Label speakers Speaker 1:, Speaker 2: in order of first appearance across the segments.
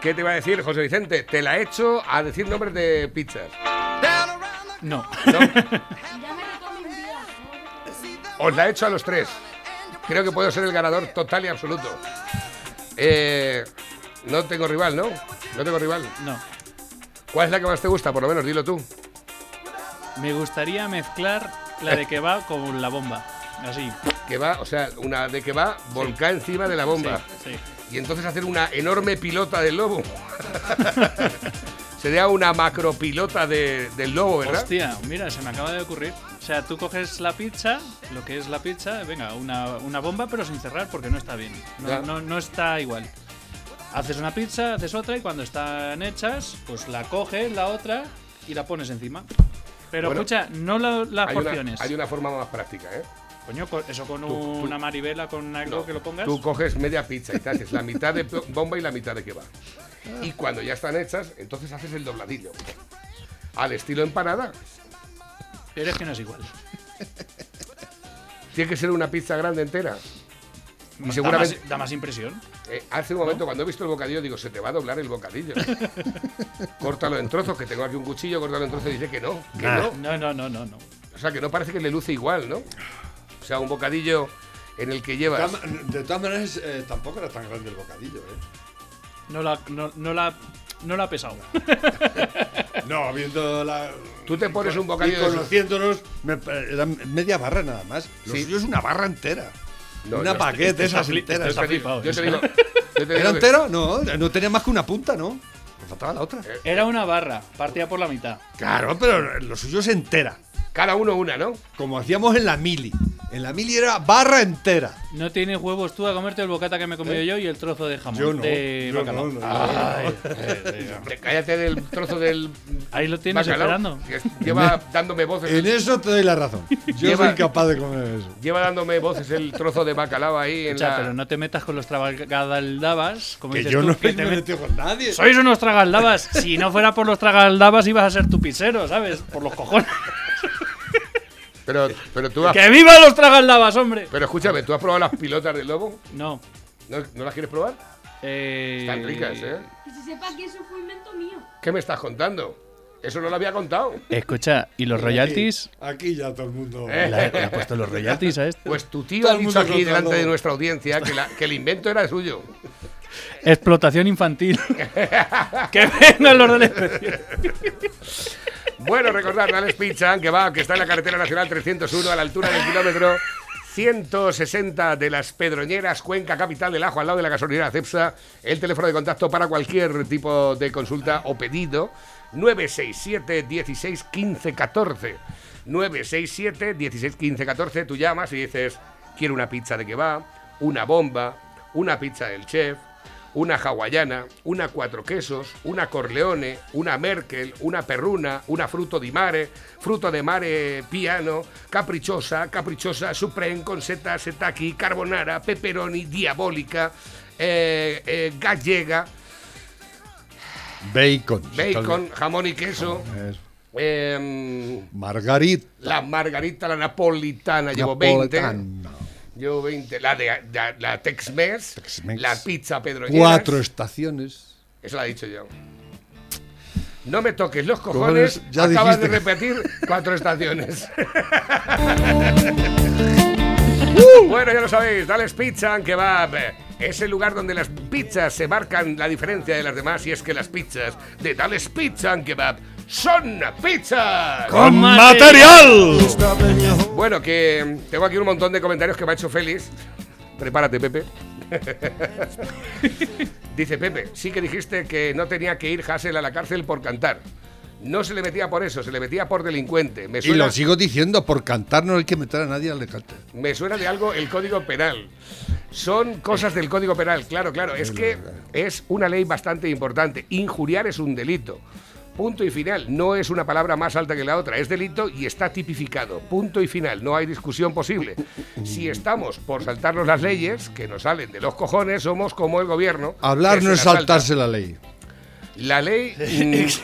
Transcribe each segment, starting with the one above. Speaker 1: ¿Qué te iba a decir, José Vicente? Te la he hecho a decir nombres de pizzas.
Speaker 2: No.
Speaker 3: Ya me tocó mi día.
Speaker 1: Os la he hecho a los tres. Creo que puedo ser el ganador total y absoluto. Eh, no tengo rival, ¿no? No tengo rival.
Speaker 2: No.
Speaker 1: ¿Cuál es la que más te gusta? Por lo menos, dilo tú.
Speaker 2: Me gustaría mezclar la de que va con la bomba. Así.
Speaker 1: Que va, o sea, una de que va, volcá encima de la bomba.
Speaker 2: Sí.
Speaker 1: Y entonces hacer una enorme pilota del lobo. Sería una macropilota de, del lobo, ¿verdad?
Speaker 2: Hostia, mira, se me acaba de ocurrir. O sea, tú coges la pizza, lo que es la pizza, venga, una, una bomba, pero sin cerrar porque no está bien.
Speaker 1: Ya.
Speaker 2: No, no, no está igual. Haces una pizza, haces otra y cuando están hechas, pues la coges, la otra y la pones encima. Pero
Speaker 1: Bueno,
Speaker 2: escucha, no la- las
Speaker 1: hay, una,
Speaker 2: porciones.
Speaker 1: hay una forma más práctica, ¿eh?
Speaker 2: Coño, co- eso con una maribela, con algo que lo pongas.
Speaker 1: Tú coges media pizza y te haces la mitad de po- bomba y la mitad de que va. Y cuando ya están hechas, entonces haces el dobladillo. Al estilo empanada.
Speaker 2: Pero es que no es igual.
Speaker 1: Tiene que ser una pizza grande entera. Y
Speaker 2: Da
Speaker 1: seguramente-
Speaker 2: más- da más impresión.
Speaker 1: Eh, hace un momento, cuando he visto el bocadillo, digo, se te va a doblar el bocadillo. córtalo en trozos, que tengo aquí un cuchillo, córtalo en trozos y dice que no, que
Speaker 4: Ah.
Speaker 1: no.
Speaker 2: No, no, no, no, no.
Speaker 1: O sea, que no parece que le luce igual, ¿no? O sea, un bocadillo en el que llevas...
Speaker 4: De todas maneras, eh, tampoco era tan grande el bocadillo, ¿eh?
Speaker 2: No la, no, no la, no la ha pesado.
Speaker 4: No, viendo la.
Speaker 1: Tú te pones un
Speaker 4: Y
Speaker 1: bocadillo de... esos-
Speaker 4: conociéndonos, me pa- era media barra nada más. Lo
Speaker 1: Sí.
Speaker 4: suyo es una barra entera.
Speaker 1: No,
Speaker 4: una
Speaker 1: no,
Speaker 4: baguette de
Speaker 2: está
Speaker 4: esas
Speaker 2: fli-
Speaker 4: enteras.
Speaker 2: está
Speaker 1: Yo te digo-
Speaker 2: flipado,
Speaker 1: yo te
Speaker 2: ¿eh?
Speaker 1: digo- yo te digo
Speaker 4: ¿Era
Speaker 1: que-
Speaker 4: entero? No, no tenía más que una punta, ¿no? Me faltaba la otra.
Speaker 2: Era una barra, partida por la mitad.
Speaker 4: Claro, pero lo suyo es entera.
Speaker 1: Cada uno una, ¿no?
Speaker 4: Como hacíamos en la mili. En la mili era barra entera.
Speaker 2: No tienes huevos tú a comerte el bocata que me he comido yo y el trozo de jamón.
Speaker 4: ¿Eh? Yo no.
Speaker 2: de
Speaker 4: yo
Speaker 2: bacalao.
Speaker 4: no, Ah, no, yo
Speaker 2: Ay,
Speaker 1: Te- Cállate del trozo del.
Speaker 2: Ahí lo tienes
Speaker 1: bacalao,
Speaker 2: esperando.
Speaker 1: que es- lleva dándome voces.
Speaker 4: En eso te doy la razón. Yo
Speaker 1: Lleva-
Speaker 4: soy incapaz de comer eso.
Speaker 1: Lleva dándome voces el trozo de bacalao ahí en
Speaker 2: Escucha,
Speaker 1: la.
Speaker 2: pero no te metas con los tragaldabas. Como
Speaker 4: Que
Speaker 2: dices
Speaker 4: yo
Speaker 2: tú,
Speaker 4: no
Speaker 2: que
Speaker 4: me
Speaker 2: te
Speaker 4: he
Speaker 2: met-
Speaker 4: metido con nadie.
Speaker 2: Sois unos tragaldabas. si no fuera por los tragaldabas ibas a ser tu pisero, ¿sabes? Por los cojones.
Speaker 1: Pero, pero tú has-
Speaker 2: ¡Que viva los tragaldabas, hombre!
Speaker 1: Pero escúchame, ¿tú has probado las pilotas del lobo?
Speaker 2: No.
Speaker 1: ¿No, no las quieres probar?
Speaker 2: Eh,
Speaker 1: Están ricas, ¿eh?
Speaker 3: Que se sepa que eso fue invento mío.
Speaker 1: ¿Qué me estás contando? Eso no lo había contado.
Speaker 2: Escucha, ¿y los royalties?
Speaker 4: Aquí ya todo el mundo.
Speaker 1: Eh.
Speaker 2: ¿Le ha puesto los royalties a esto?
Speaker 1: Pues tu tío
Speaker 4: Todo
Speaker 1: ha
Speaker 4: el
Speaker 1: dicho
Speaker 4: mundo
Speaker 1: aquí
Speaker 4: contra el
Speaker 1: delante de
Speaker 4: lobo.
Speaker 1: nuestra audiencia que, la- que el invento era suyo.
Speaker 2: Explotación infantil. que vengan los del especial.
Speaker 1: Bueno, recordar, Alex Pinchan, que va, que está en la carretera nacional 301 a la altura del kilómetro 160 de las Pedroñeras, Cuenca, capital del Ajo, al lado de la gasolinera Cepsa. El teléfono de contacto para cualquier tipo de consulta o pedido, 967 16 15 14. 967 16 15 14. Tú llamas y dices, quiero una pizza de kebab, una bomba, una pizza del chef, una hawaiana, una cuatro quesos, una corleone, una merkel, una perruna, una fruto di mare, fruto de mare piano, caprichosa, caprichosa, supreme, con seta, setaki, carbonara, pepperoni, diabólica, eh, eh, gallega,
Speaker 4: Bacon.
Speaker 1: bacon, jamón y queso,
Speaker 4: Eso.
Speaker 1: em,
Speaker 4: Margarit.
Speaker 1: la margarita, la napolitana, llevo 20.
Speaker 4: Napoletano.
Speaker 1: Llevo 20. La de la, la Tex-Mex,
Speaker 4: Tex-Mex.
Speaker 1: la pizza Pedro
Speaker 4: Cuatro estaciones.
Speaker 1: Eso lo ha dicho yo. No me toques los cojones.
Speaker 4: Cojones, ya
Speaker 1: acabas de
Speaker 4: dijiste
Speaker 1: repetir cuatro estaciones. Uh. bueno, ya lo sabéis. Dales Pizza and Kebab. Es el lugar donde las pizzas se marcan la diferencia de las demás. Y es que las pizzas de Dales Pizza and Kebab son pizzas.
Speaker 2: ¡Con
Speaker 4: material!
Speaker 1: Bueno, que mm, tengo aquí un montón de comentarios que me ha hecho Félix. Prepárate, Pepe. Dice Pepe, sí que dijiste que no tenía que ir Hassel a la cárcel por cantar. No se le metía por eso, se le metía por delincuente. Me
Speaker 4: Y
Speaker 1: suena,
Speaker 4: lo sigo diciendo, por cantar no hay que meter a nadie al decante.
Speaker 1: me suena de algo el Código Penal. Son cosas del Código Penal, claro, claro. Es que es una ley bastante importante. Injuriar es un delito. Punto y final. No es una palabra más alta que la otra. Es delito y está tipificado. Punto y final. No hay discusión posible. Si estamos por saltarnos las leyes que nos salen de los cojones, somos como el gobierno.
Speaker 4: Hablar
Speaker 1: que
Speaker 4: no
Speaker 1: se
Speaker 4: es
Speaker 1: las salta.
Speaker 4: saltarse la ley.
Speaker 1: La ley. mm,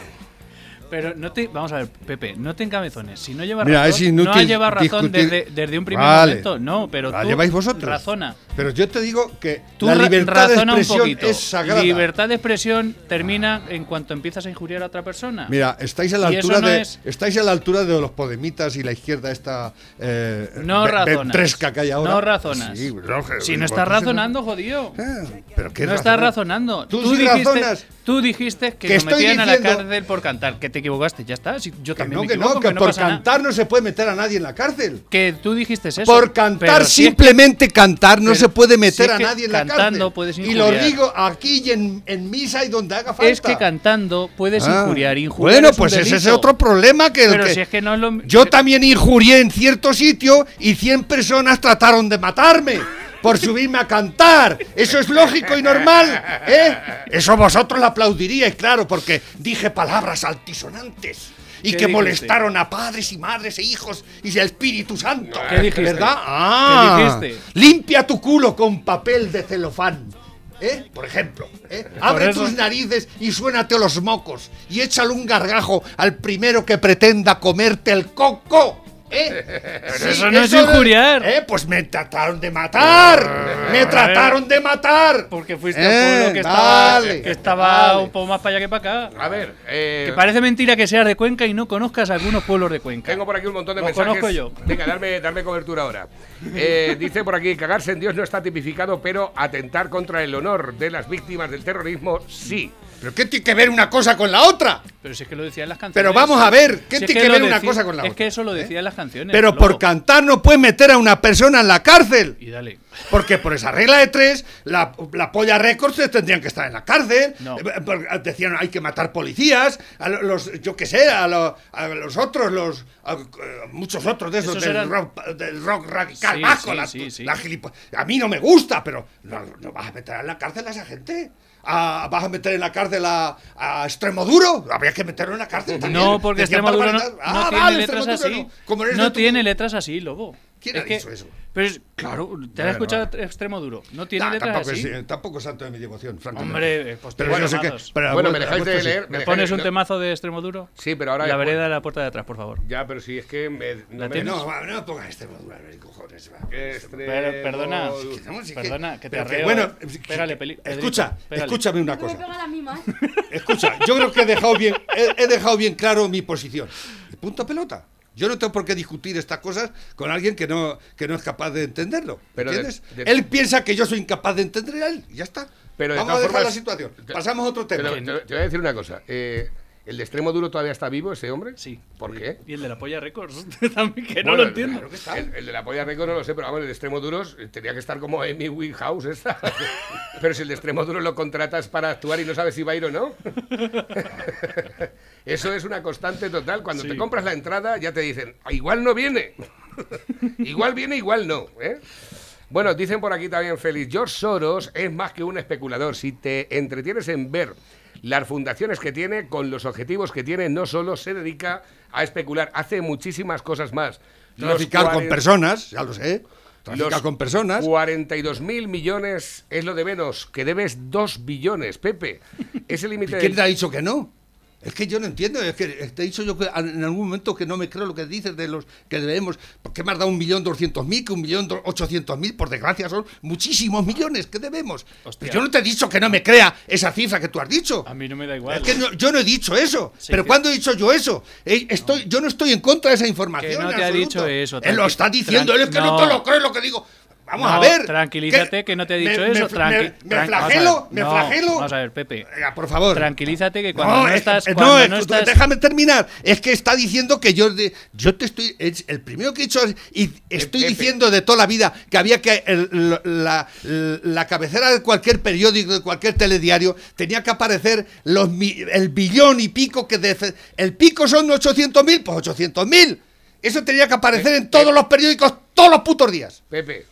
Speaker 2: Pero no te. Vamos a ver, Pepe, no te encabezones. Si no llevas
Speaker 4: Mira,
Speaker 2: razón.
Speaker 4: es inútil
Speaker 2: no llevas razón
Speaker 4: discutir-
Speaker 2: desde, desde un primer
Speaker 4: Vale.
Speaker 2: momento. No, pero
Speaker 4: La
Speaker 2: tú.
Speaker 4: lleváis vosotros.
Speaker 2: Razona.
Speaker 4: Pero yo te digo que
Speaker 2: Tú
Speaker 4: la
Speaker 2: ra-
Speaker 4: libertad de
Speaker 2: razona un
Speaker 4: expresión
Speaker 2: poquito.
Speaker 4: es sagrada.
Speaker 2: Libertad de expresión termina en cuanto empiezas a injuriar a otra persona.
Speaker 4: Mira, estáis a la
Speaker 2: Y eso
Speaker 4: altura
Speaker 2: no
Speaker 4: de
Speaker 2: es-
Speaker 4: estáis a la altura de los podemitas y la izquierda esta eh,
Speaker 2: No
Speaker 4: ve-
Speaker 2: razonas.
Speaker 4: ventresca que hay ahora.
Speaker 2: No razonas.
Speaker 4: Sí,
Speaker 2: si
Speaker 4: no, eh,
Speaker 2: no estás
Speaker 4: entonces-
Speaker 2: razonando, jodido.
Speaker 4: Ah, pero qué
Speaker 2: No estás
Speaker 4: razonar?
Speaker 2: razonando.
Speaker 4: Tú sí
Speaker 2: dijiste,
Speaker 4: razonas.
Speaker 2: tú dijiste que,
Speaker 4: Que
Speaker 2: lo
Speaker 4: estoy
Speaker 2: metían a la
Speaker 4: diciendo-
Speaker 2: cárcel por cantar. Que te equivocaste, ya está. Si yo
Speaker 4: Que
Speaker 2: también
Speaker 4: no,
Speaker 2: me
Speaker 4: que
Speaker 2: equivoco,
Speaker 4: no, que
Speaker 2: no
Speaker 4: por
Speaker 2: pasa nada.
Speaker 4: cantar no se puede meter a nadie en la cárcel.
Speaker 2: Que tú dijiste eso.
Speaker 4: Por cantar,
Speaker 2: pero si es que-
Speaker 4: simplemente cantar, no
Speaker 2: pero
Speaker 4: se puede
Speaker 2: si
Speaker 4: meter
Speaker 2: es
Speaker 4: a
Speaker 2: que
Speaker 4: nadie en la
Speaker 2: cantando
Speaker 4: cárcel.
Speaker 2: puedes
Speaker 4: y lo
Speaker 2: injuriar.
Speaker 4: digo aquí y en, en misa y donde haga falta.
Speaker 2: Es que cantando puedes
Speaker 4: Ah.
Speaker 2: injuriar, injuriar
Speaker 4: Bueno,
Speaker 2: es un
Speaker 4: pues ese es
Speaker 2: delito.
Speaker 4: otro problema que, el
Speaker 2: Pero
Speaker 4: que-
Speaker 2: si es que no es lo
Speaker 4: yo también injurié en cierto sitio y 100 personas trataron de matarme por subirme a cantar. Eso es lógico y normal, ¿eh? Eso vosotros lo aplaudiríais, claro, porque dije palabras altisonantes.
Speaker 2: ¿Qué
Speaker 4: Y que
Speaker 2: dijiste?
Speaker 4: molestaron a padres y madres e hijos y el Espíritu Santo.
Speaker 2: ¿Qué dijiste?
Speaker 4: ¿Verdad? Ah,
Speaker 2: ¿Qué dijiste?
Speaker 4: Limpia tu culo con papel de celofán. ¿Eh? Por ejemplo, ¿eh? abre
Speaker 2: eso-
Speaker 4: tus narices y suénate los mocos y échale un gargajo al primero que pretenda comerte el coco. ¿Eh? Sí,
Speaker 2: eso no es injuriar. Ah,
Speaker 4: ¿eh? Pues me trataron de matar. Me trataron de matar.
Speaker 2: Porque fuiste
Speaker 4: Eh,
Speaker 2: a un pueblo que estaba,
Speaker 4: vale,
Speaker 2: que estaba
Speaker 4: vale.
Speaker 2: un poco más para allá que para acá.
Speaker 1: A ver, eh,
Speaker 2: Que parece mentira que seas de Cuenca y no conozcas algunos pueblos de Cuenca.
Speaker 1: tengo por aquí un montón de
Speaker 2: Lo
Speaker 1: mensajes.
Speaker 2: conozco yo.
Speaker 1: Venga, darme, darme cobertura ahora. Eh, dice por aquí, cagarse en Dios no está tipificado, pero atentar contra el honor de las víctimas del terrorismo sí.
Speaker 4: ¿Pero qué tiene que ver una cosa con la otra?
Speaker 2: Pero si es que lo decían las canciones.
Speaker 4: Pero vamos a ver, ¿qué
Speaker 2: Si es
Speaker 4: tiene que
Speaker 2: lo
Speaker 4: ver una
Speaker 2: decí-
Speaker 4: cosa con la
Speaker 2: Es
Speaker 4: otra? ¿Eh?
Speaker 2: que eso lo decían las canciones.
Speaker 4: Pero por
Speaker 2: loco.
Speaker 4: cantar no puedes meter a una persona en la cárcel.
Speaker 2: Y dale.
Speaker 4: Porque por esa regla de tres, la, la polla Records tendrían que estar en la cárcel.
Speaker 2: No.
Speaker 4: Eh, por- Decían, hay que matar policías, a lo- los, yo qué sé, a, lo- a los otros, los a- eh, muchos otros de esos,
Speaker 2: Esos
Speaker 4: del,
Speaker 2: eran-
Speaker 4: rock, del rock radical
Speaker 2: Sí,
Speaker 4: vasco,
Speaker 2: sí,
Speaker 4: las-
Speaker 2: sí, sí.
Speaker 4: las gilipo- A mí no me gusta, pero no, no vas a meter en la cárcel a esa gente. A- ¿Vas a meter en la cárcel a, a Extremo Duro? Habría que meterlo en la cárcel también.
Speaker 2: No, porque
Speaker 4: Decían
Speaker 2: Extremo Duro no,
Speaker 4: barbaridades.
Speaker 2: no
Speaker 4: Ah,
Speaker 2: tiene
Speaker 4: vale,
Speaker 2: letras
Speaker 4: Extremoduro
Speaker 2: así.
Speaker 4: no. Como eres de
Speaker 2: no
Speaker 4: tu-
Speaker 2: tiene letras así, lobo.
Speaker 4: ¿Quién
Speaker 2: Es
Speaker 4: ha
Speaker 2: que-
Speaker 4: dicho eso?
Speaker 2: Pero es- claro, te has escuchado Extremo Duro. No tiene
Speaker 4: Nah,
Speaker 2: letras
Speaker 4: tampoco, es,
Speaker 2: así.
Speaker 4: eh, tampoco es santo de mi devoción, francamente.
Speaker 2: Hombre, eh, pues te
Speaker 4: Pero
Speaker 2: bueno,
Speaker 4: yo sé que-
Speaker 2: amados.
Speaker 4: pero a
Speaker 1: Bueno, me
Speaker 4: vuelta-
Speaker 1: dejáis
Speaker 4: a
Speaker 1: de
Speaker 4: vuelta sí.
Speaker 1: leer.
Speaker 2: ¿Me
Speaker 1: dejáis
Speaker 2: pones
Speaker 1: de-
Speaker 2: un
Speaker 1: no-
Speaker 2: temazo de Extremo Duro?
Speaker 1: Sí, pero ahora.
Speaker 2: La vereda de la puerta de atrás, por favor.
Speaker 1: Ya, pero sí, es que me. no este- me-
Speaker 2: tienes?
Speaker 4: Eh, No, va, no pongas este modular, eh, cojones. va.
Speaker 1: Extremo
Speaker 2: Pero- perdona,
Speaker 1: duro.
Speaker 4: No, sí
Speaker 2: Perdona, que te
Speaker 4: pero
Speaker 2: arreo,
Speaker 4: Bueno,
Speaker 2: eh. Pégale, peli- Pedrito,
Speaker 4: escucha,
Speaker 2: pégale.
Speaker 4: escúchame una
Speaker 3: que me
Speaker 4: cosa.
Speaker 3: pegan a ¿eh? mí más.
Speaker 4: Escucha, yo creo que he dejado bien, he, he dejado bien claro mi posición. Punto pelota. Yo no tengo por qué discutir estas cosas con alguien que no, que no es capaz de entenderlo.
Speaker 1: Pero de-
Speaker 4: ¿Entiendes?
Speaker 1: de-
Speaker 4: Él piensa que yo soy incapaz de entender a él. y Ya está.
Speaker 1: Pero de
Speaker 4: Vamos a
Speaker 1: todas
Speaker 4: dejar la
Speaker 1: formas-
Speaker 4: situación. Pasamos a otro tema.
Speaker 1: Pero te, te voy a decir una cosa. eh, ¿El de extremo duro todavía está vivo ese hombre?
Speaker 2: Sí.
Speaker 1: ¿Por qué?
Speaker 2: Y el de la polla Records. También que no
Speaker 1: Bueno,
Speaker 2: lo entiendo.
Speaker 4: claro que está.
Speaker 1: El, el de la polla récord no lo sé, pero vamos, el de extremo duros eh, tenía que estar como Amy Winehouse esta. pero si el de extremo duro lo contratas para actuar y no sabes si va a ir o no. Eso es una constante total. Cuando te compras la entrada ya te dicen, "Ah, igual no viene. igual viene, igual no. ¿eh? Bueno, dicen por aquí también, Félix, George Soros es más que un especulador. Si te entretienes en ver las fundaciones que tiene, con los objetivos que tiene, no solo se dedica a especular, hace muchísimas cosas más. Los
Speaker 4: Traficar con
Speaker 1: cuaren-
Speaker 4: personas, ya lo sé. Traficar
Speaker 1: los
Speaker 4: con personas.
Speaker 1: 42 mil millones es lo de menos, que debes 2 billones, Pepe. Es el límite
Speaker 4: ¿Quién te ha
Speaker 1: del-
Speaker 4: dicho que no? Es que yo no entiendo, es que te he dicho yo que en algún momento que no me creo lo que dices de los que debemos, porque me has dado un millón doscientos mil, que un millón do- ochocientos mil, por desgracia son muchísimos millones que debemos.
Speaker 2: Hostia.
Speaker 4: Pero yo no te he dicho que no me crea esa cifra que tú has dicho.
Speaker 2: A mí no me da igual.
Speaker 4: Es que no- yo no he dicho eso.
Speaker 2: Sí,
Speaker 4: pero
Speaker 2: que-
Speaker 4: ¿cuándo he dicho yo eso? Eh, estoy, Yo no estoy en contra de esa información.
Speaker 2: Que no
Speaker 4: en
Speaker 2: te ha
Speaker 4: absoluto.
Speaker 2: dicho eso,
Speaker 4: Él lo
Speaker 2: tranqui-
Speaker 4: está diciendo. Él es que
Speaker 2: no.
Speaker 4: no, te lo cree lo que digo. Vamos a
Speaker 2: No,
Speaker 4: ver.
Speaker 2: Tranquilízate que, no te he dicho
Speaker 4: me-
Speaker 2: eso.
Speaker 4: Me,
Speaker 2: tranqui-
Speaker 4: me- me
Speaker 2: tran- vamos a
Speaker 4: flagelo,
Speaker 2: ver,
Speaker 4: me
Speaker 2: no,
Speaker 4: flagelo.
Speaker 2: Vamos a ver, Pepe.
Speaker 4: Venga, por favor.
Speaker 2: Tranquilízate que cuando no,
Speaker 4: es-
Speaker 2: estás.
Speaker 4: eh,
Speaker 2: cuando
Speaker 4: es-
Speaker 2: no estás-
Speaker 4: déjame terminar. Es que está diciendo que yo, de- yo te estoy. es el primero que he dicho es- y estoy
Speaker 1: Pepe.
Speaker 4: diciendo de toda la vida que había que el- lo- la, la cabecera de cualquier periódico, de cualquier telediario, tenía que aparecer los mi- el billón y pico que de- el pico son 800 mil, pues 800 mil. Eso tenía que aparecer
Speaker 1: Pe-
Speaker 4: en todos
Speaker 1: Pe-
Speaker 4: los periódicos todos los putos días.
Speaker 1: Pepe,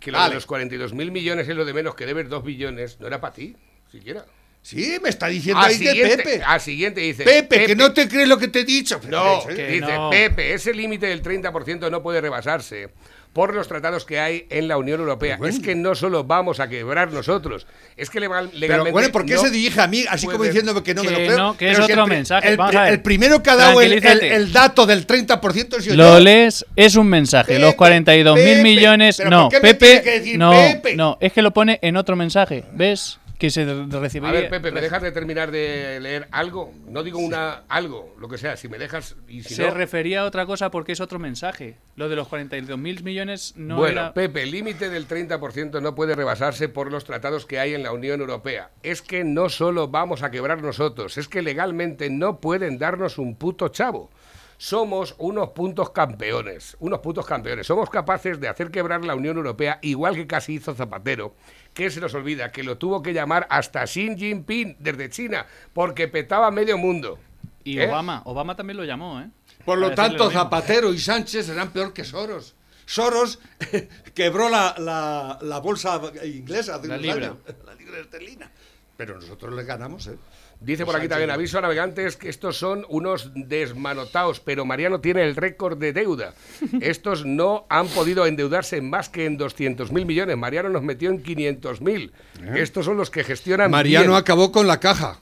Speaker 1: que lo
Speaker 4: Vale.
Speaker 1: de los 42 mil millones es lo de menos, que debes 2 billones, no era para ti, siquiera.
Speaker 4: Sí, me está diciendo
Speaker 2: Ah,
Speaker 1: Al
Speaker 4: ahí que
Speaker 2: este,
Speaker 1: siguiente,
Speaker 4: Pepe.
Speaker 1: al siguiente dice...
Speaker 4: Pepe, que no te crees lo que te he dicho.
Speaker 1: No,
Speaker 4: Pero, ¿eh?
Speaker 2: que
Speaker 1: dice
Speaker 2: no.
Speaker 1: Pepe, ese límite del 30% no puede rebasarse. por los tratados que hay en la Unión Europea.
Speaker 4: Pero bueno.
Speaker 1: Es que no solo vamos a quebrar nosotros, es que legal-
Speaker 4: Pero
Speaker 1: legalmente.
Speaker 4: bueno, ¿por qué
Speaker 1: no-
Speaker 4: se dirige a mí así como
Speaker 1: puede-
Speaker 4: diciéndome que no me
Speaker 2: Que
Speaker 4: lo creo?
Speaker 2: no, que
Speaker 4: Pero
Speaker 2: es
Speaker 4: si
Speaker 2: otro
Speaker 4: pri-
Speaker 2: mensaje,
Speaker 4: el,
Speaker 2: vamos a ver.
Speaker 4: el primero que ha dado el, el-
Speaker 2: Tranquilízate.
Speaker 4: el dato del 30% soy
Speaker 2: Lo
Speaker 4: yo.
Speaker 2: lees, es un mensaje. Los
Speaker 4: Pepe,
Speaker 2: 42
Speaker 4: Pepe,
Speaker 2: mil millones.
Speaker 4: pero
Speaker 2: No,
Speaker 4: ¿por qué me tiene que
Speaker 2: Pepe.
Speaker 4: decir
Speaker 2: No,
Speaker 4: Pepe?
Speaker 2: no, es que lo pone en otro mensaje. ¿Ves? Que se
Speaker 1: A
Speaker 2: recibiría.
Speaker 1: ver, Pepe, ¿me dejas de terminar de leer algo? No digo una algo, lo que sea, si me dejas y si
Speaker 2: Se
Speaker 1: no-
Speaker 2: refería a otra cosa porque es otro mensaje. Lo de los 42 mil millones no
Speaker 1: bueno,
Speaker 2: era.
Speaker 1: Pepe, el límite del 30% no puede rebasarse por los tratados que hay en la Unión Europea. Es que no solo vamos a quebrar nosotros, es que legalmente no pueden darnos un puto chavo. Somos unos puntos campeones, unos putos campeones. Somos capaces de hacer quebrar la Unión Europea igual que casi hizo Zapatero, que se nos olvida que lo tuvo que llamar hasta Xi Jinping desde China, porque petaba medio mundo.
Speaker 2: Y
Speaker 1: ¿Eh?
Speaker 2: Obama, Obama también lo llamó, ¿eh?
Speaker 4: Por lo
Speaker 2: Para decirle
Speaker 4: tanto,
Speaker 2: mismo.
Speaker 4: Zapatero y Sánchez serán peor que Soros. Soros quebró la, la- la bolsa inglesa hace
Speaker 2: La
Speaker 4: unos
Speaker 2: libra.
Speaker 4: años, la libra esterlina. Pero nosotros le ganamos, ¿eh?
Speaker 1: Dice por aquí también, aviso a navegantes que estos son unos desmanotaos, pero Mariano tiene el récord de deuda. Estos no han podido endeudarse más que en 200.000 millones. Mariano nos metió en 500.000. Estos son los que gestionan
Speaker 4: Mariano
Speaker 1: bien.
Speaker 4: acabó con la caja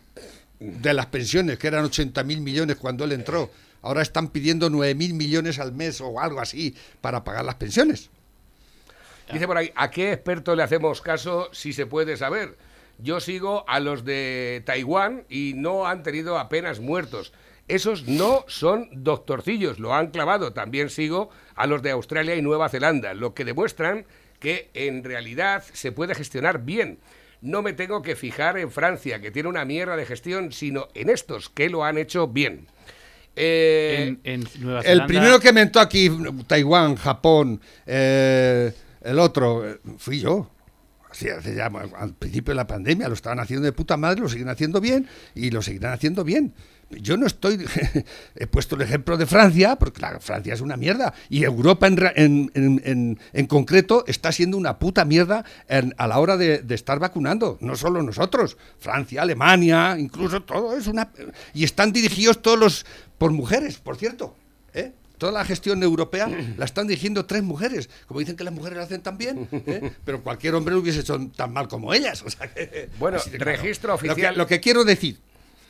Speaker 4: de las pensiones, que eran 80 mil millones cuando él entró. Ahora están pidiendo 9 mil millones al mes o algo así para pagar las pensiones.
Speaker 1: Dice por ahí, ¿a qué experto le hacemos caso si se puede saber? Yo sigo a los de Taiwán y no han tenido apenas muertos. Esos no son doctorcillos, lo han clavado. También sigo a los de Australia y Nueva Zelanda, lo que demuestran que en realidad se puede gestionar bien. No me tengo que fijar en Francia, que tiene una mierda de gestión, sino en estos, que lo han hecho bien. Eh,
Speaker 2: En, en Nueva
Speaker 4: El
Speaker 2: Zelanda.
Speaker 4: primero que inventó aquí Taiwán, Japón, eh, el otro, eh, fui yo. Así hace ya, bueno, al principio de la pandemia lo estaban haciendo de puta madre, lo siguen haciendo bien y lo seguirán haciendo bien. Yo no estoy. he puesto el ejemplo de Francia, porque la Francia es una mierda. Y Europa en, ra- en- en- en- en concreto está siendo una puta mierda en- a la hora de, de estar vacunando. No solo nosotros, Francia, Alemania, incluso todo es una. Y están dirigidos todos los. por mujeres, por cierto. ¿eh? Toda la gestión europea la están dirigiendo tres mujeres. Como dicen que las mujeres lo hacen tan bien, ¿eh? pero cualquier hombre lo hubiese hecho tan mal como ellas. o sea que-
Speaker 1: Bueno,
Speaker 4: así de claro.
Speaker 1: registro
Speaker 4: Lo que-
Speaker 1: oficial.
Speaker 4: Lo que, quiero decir,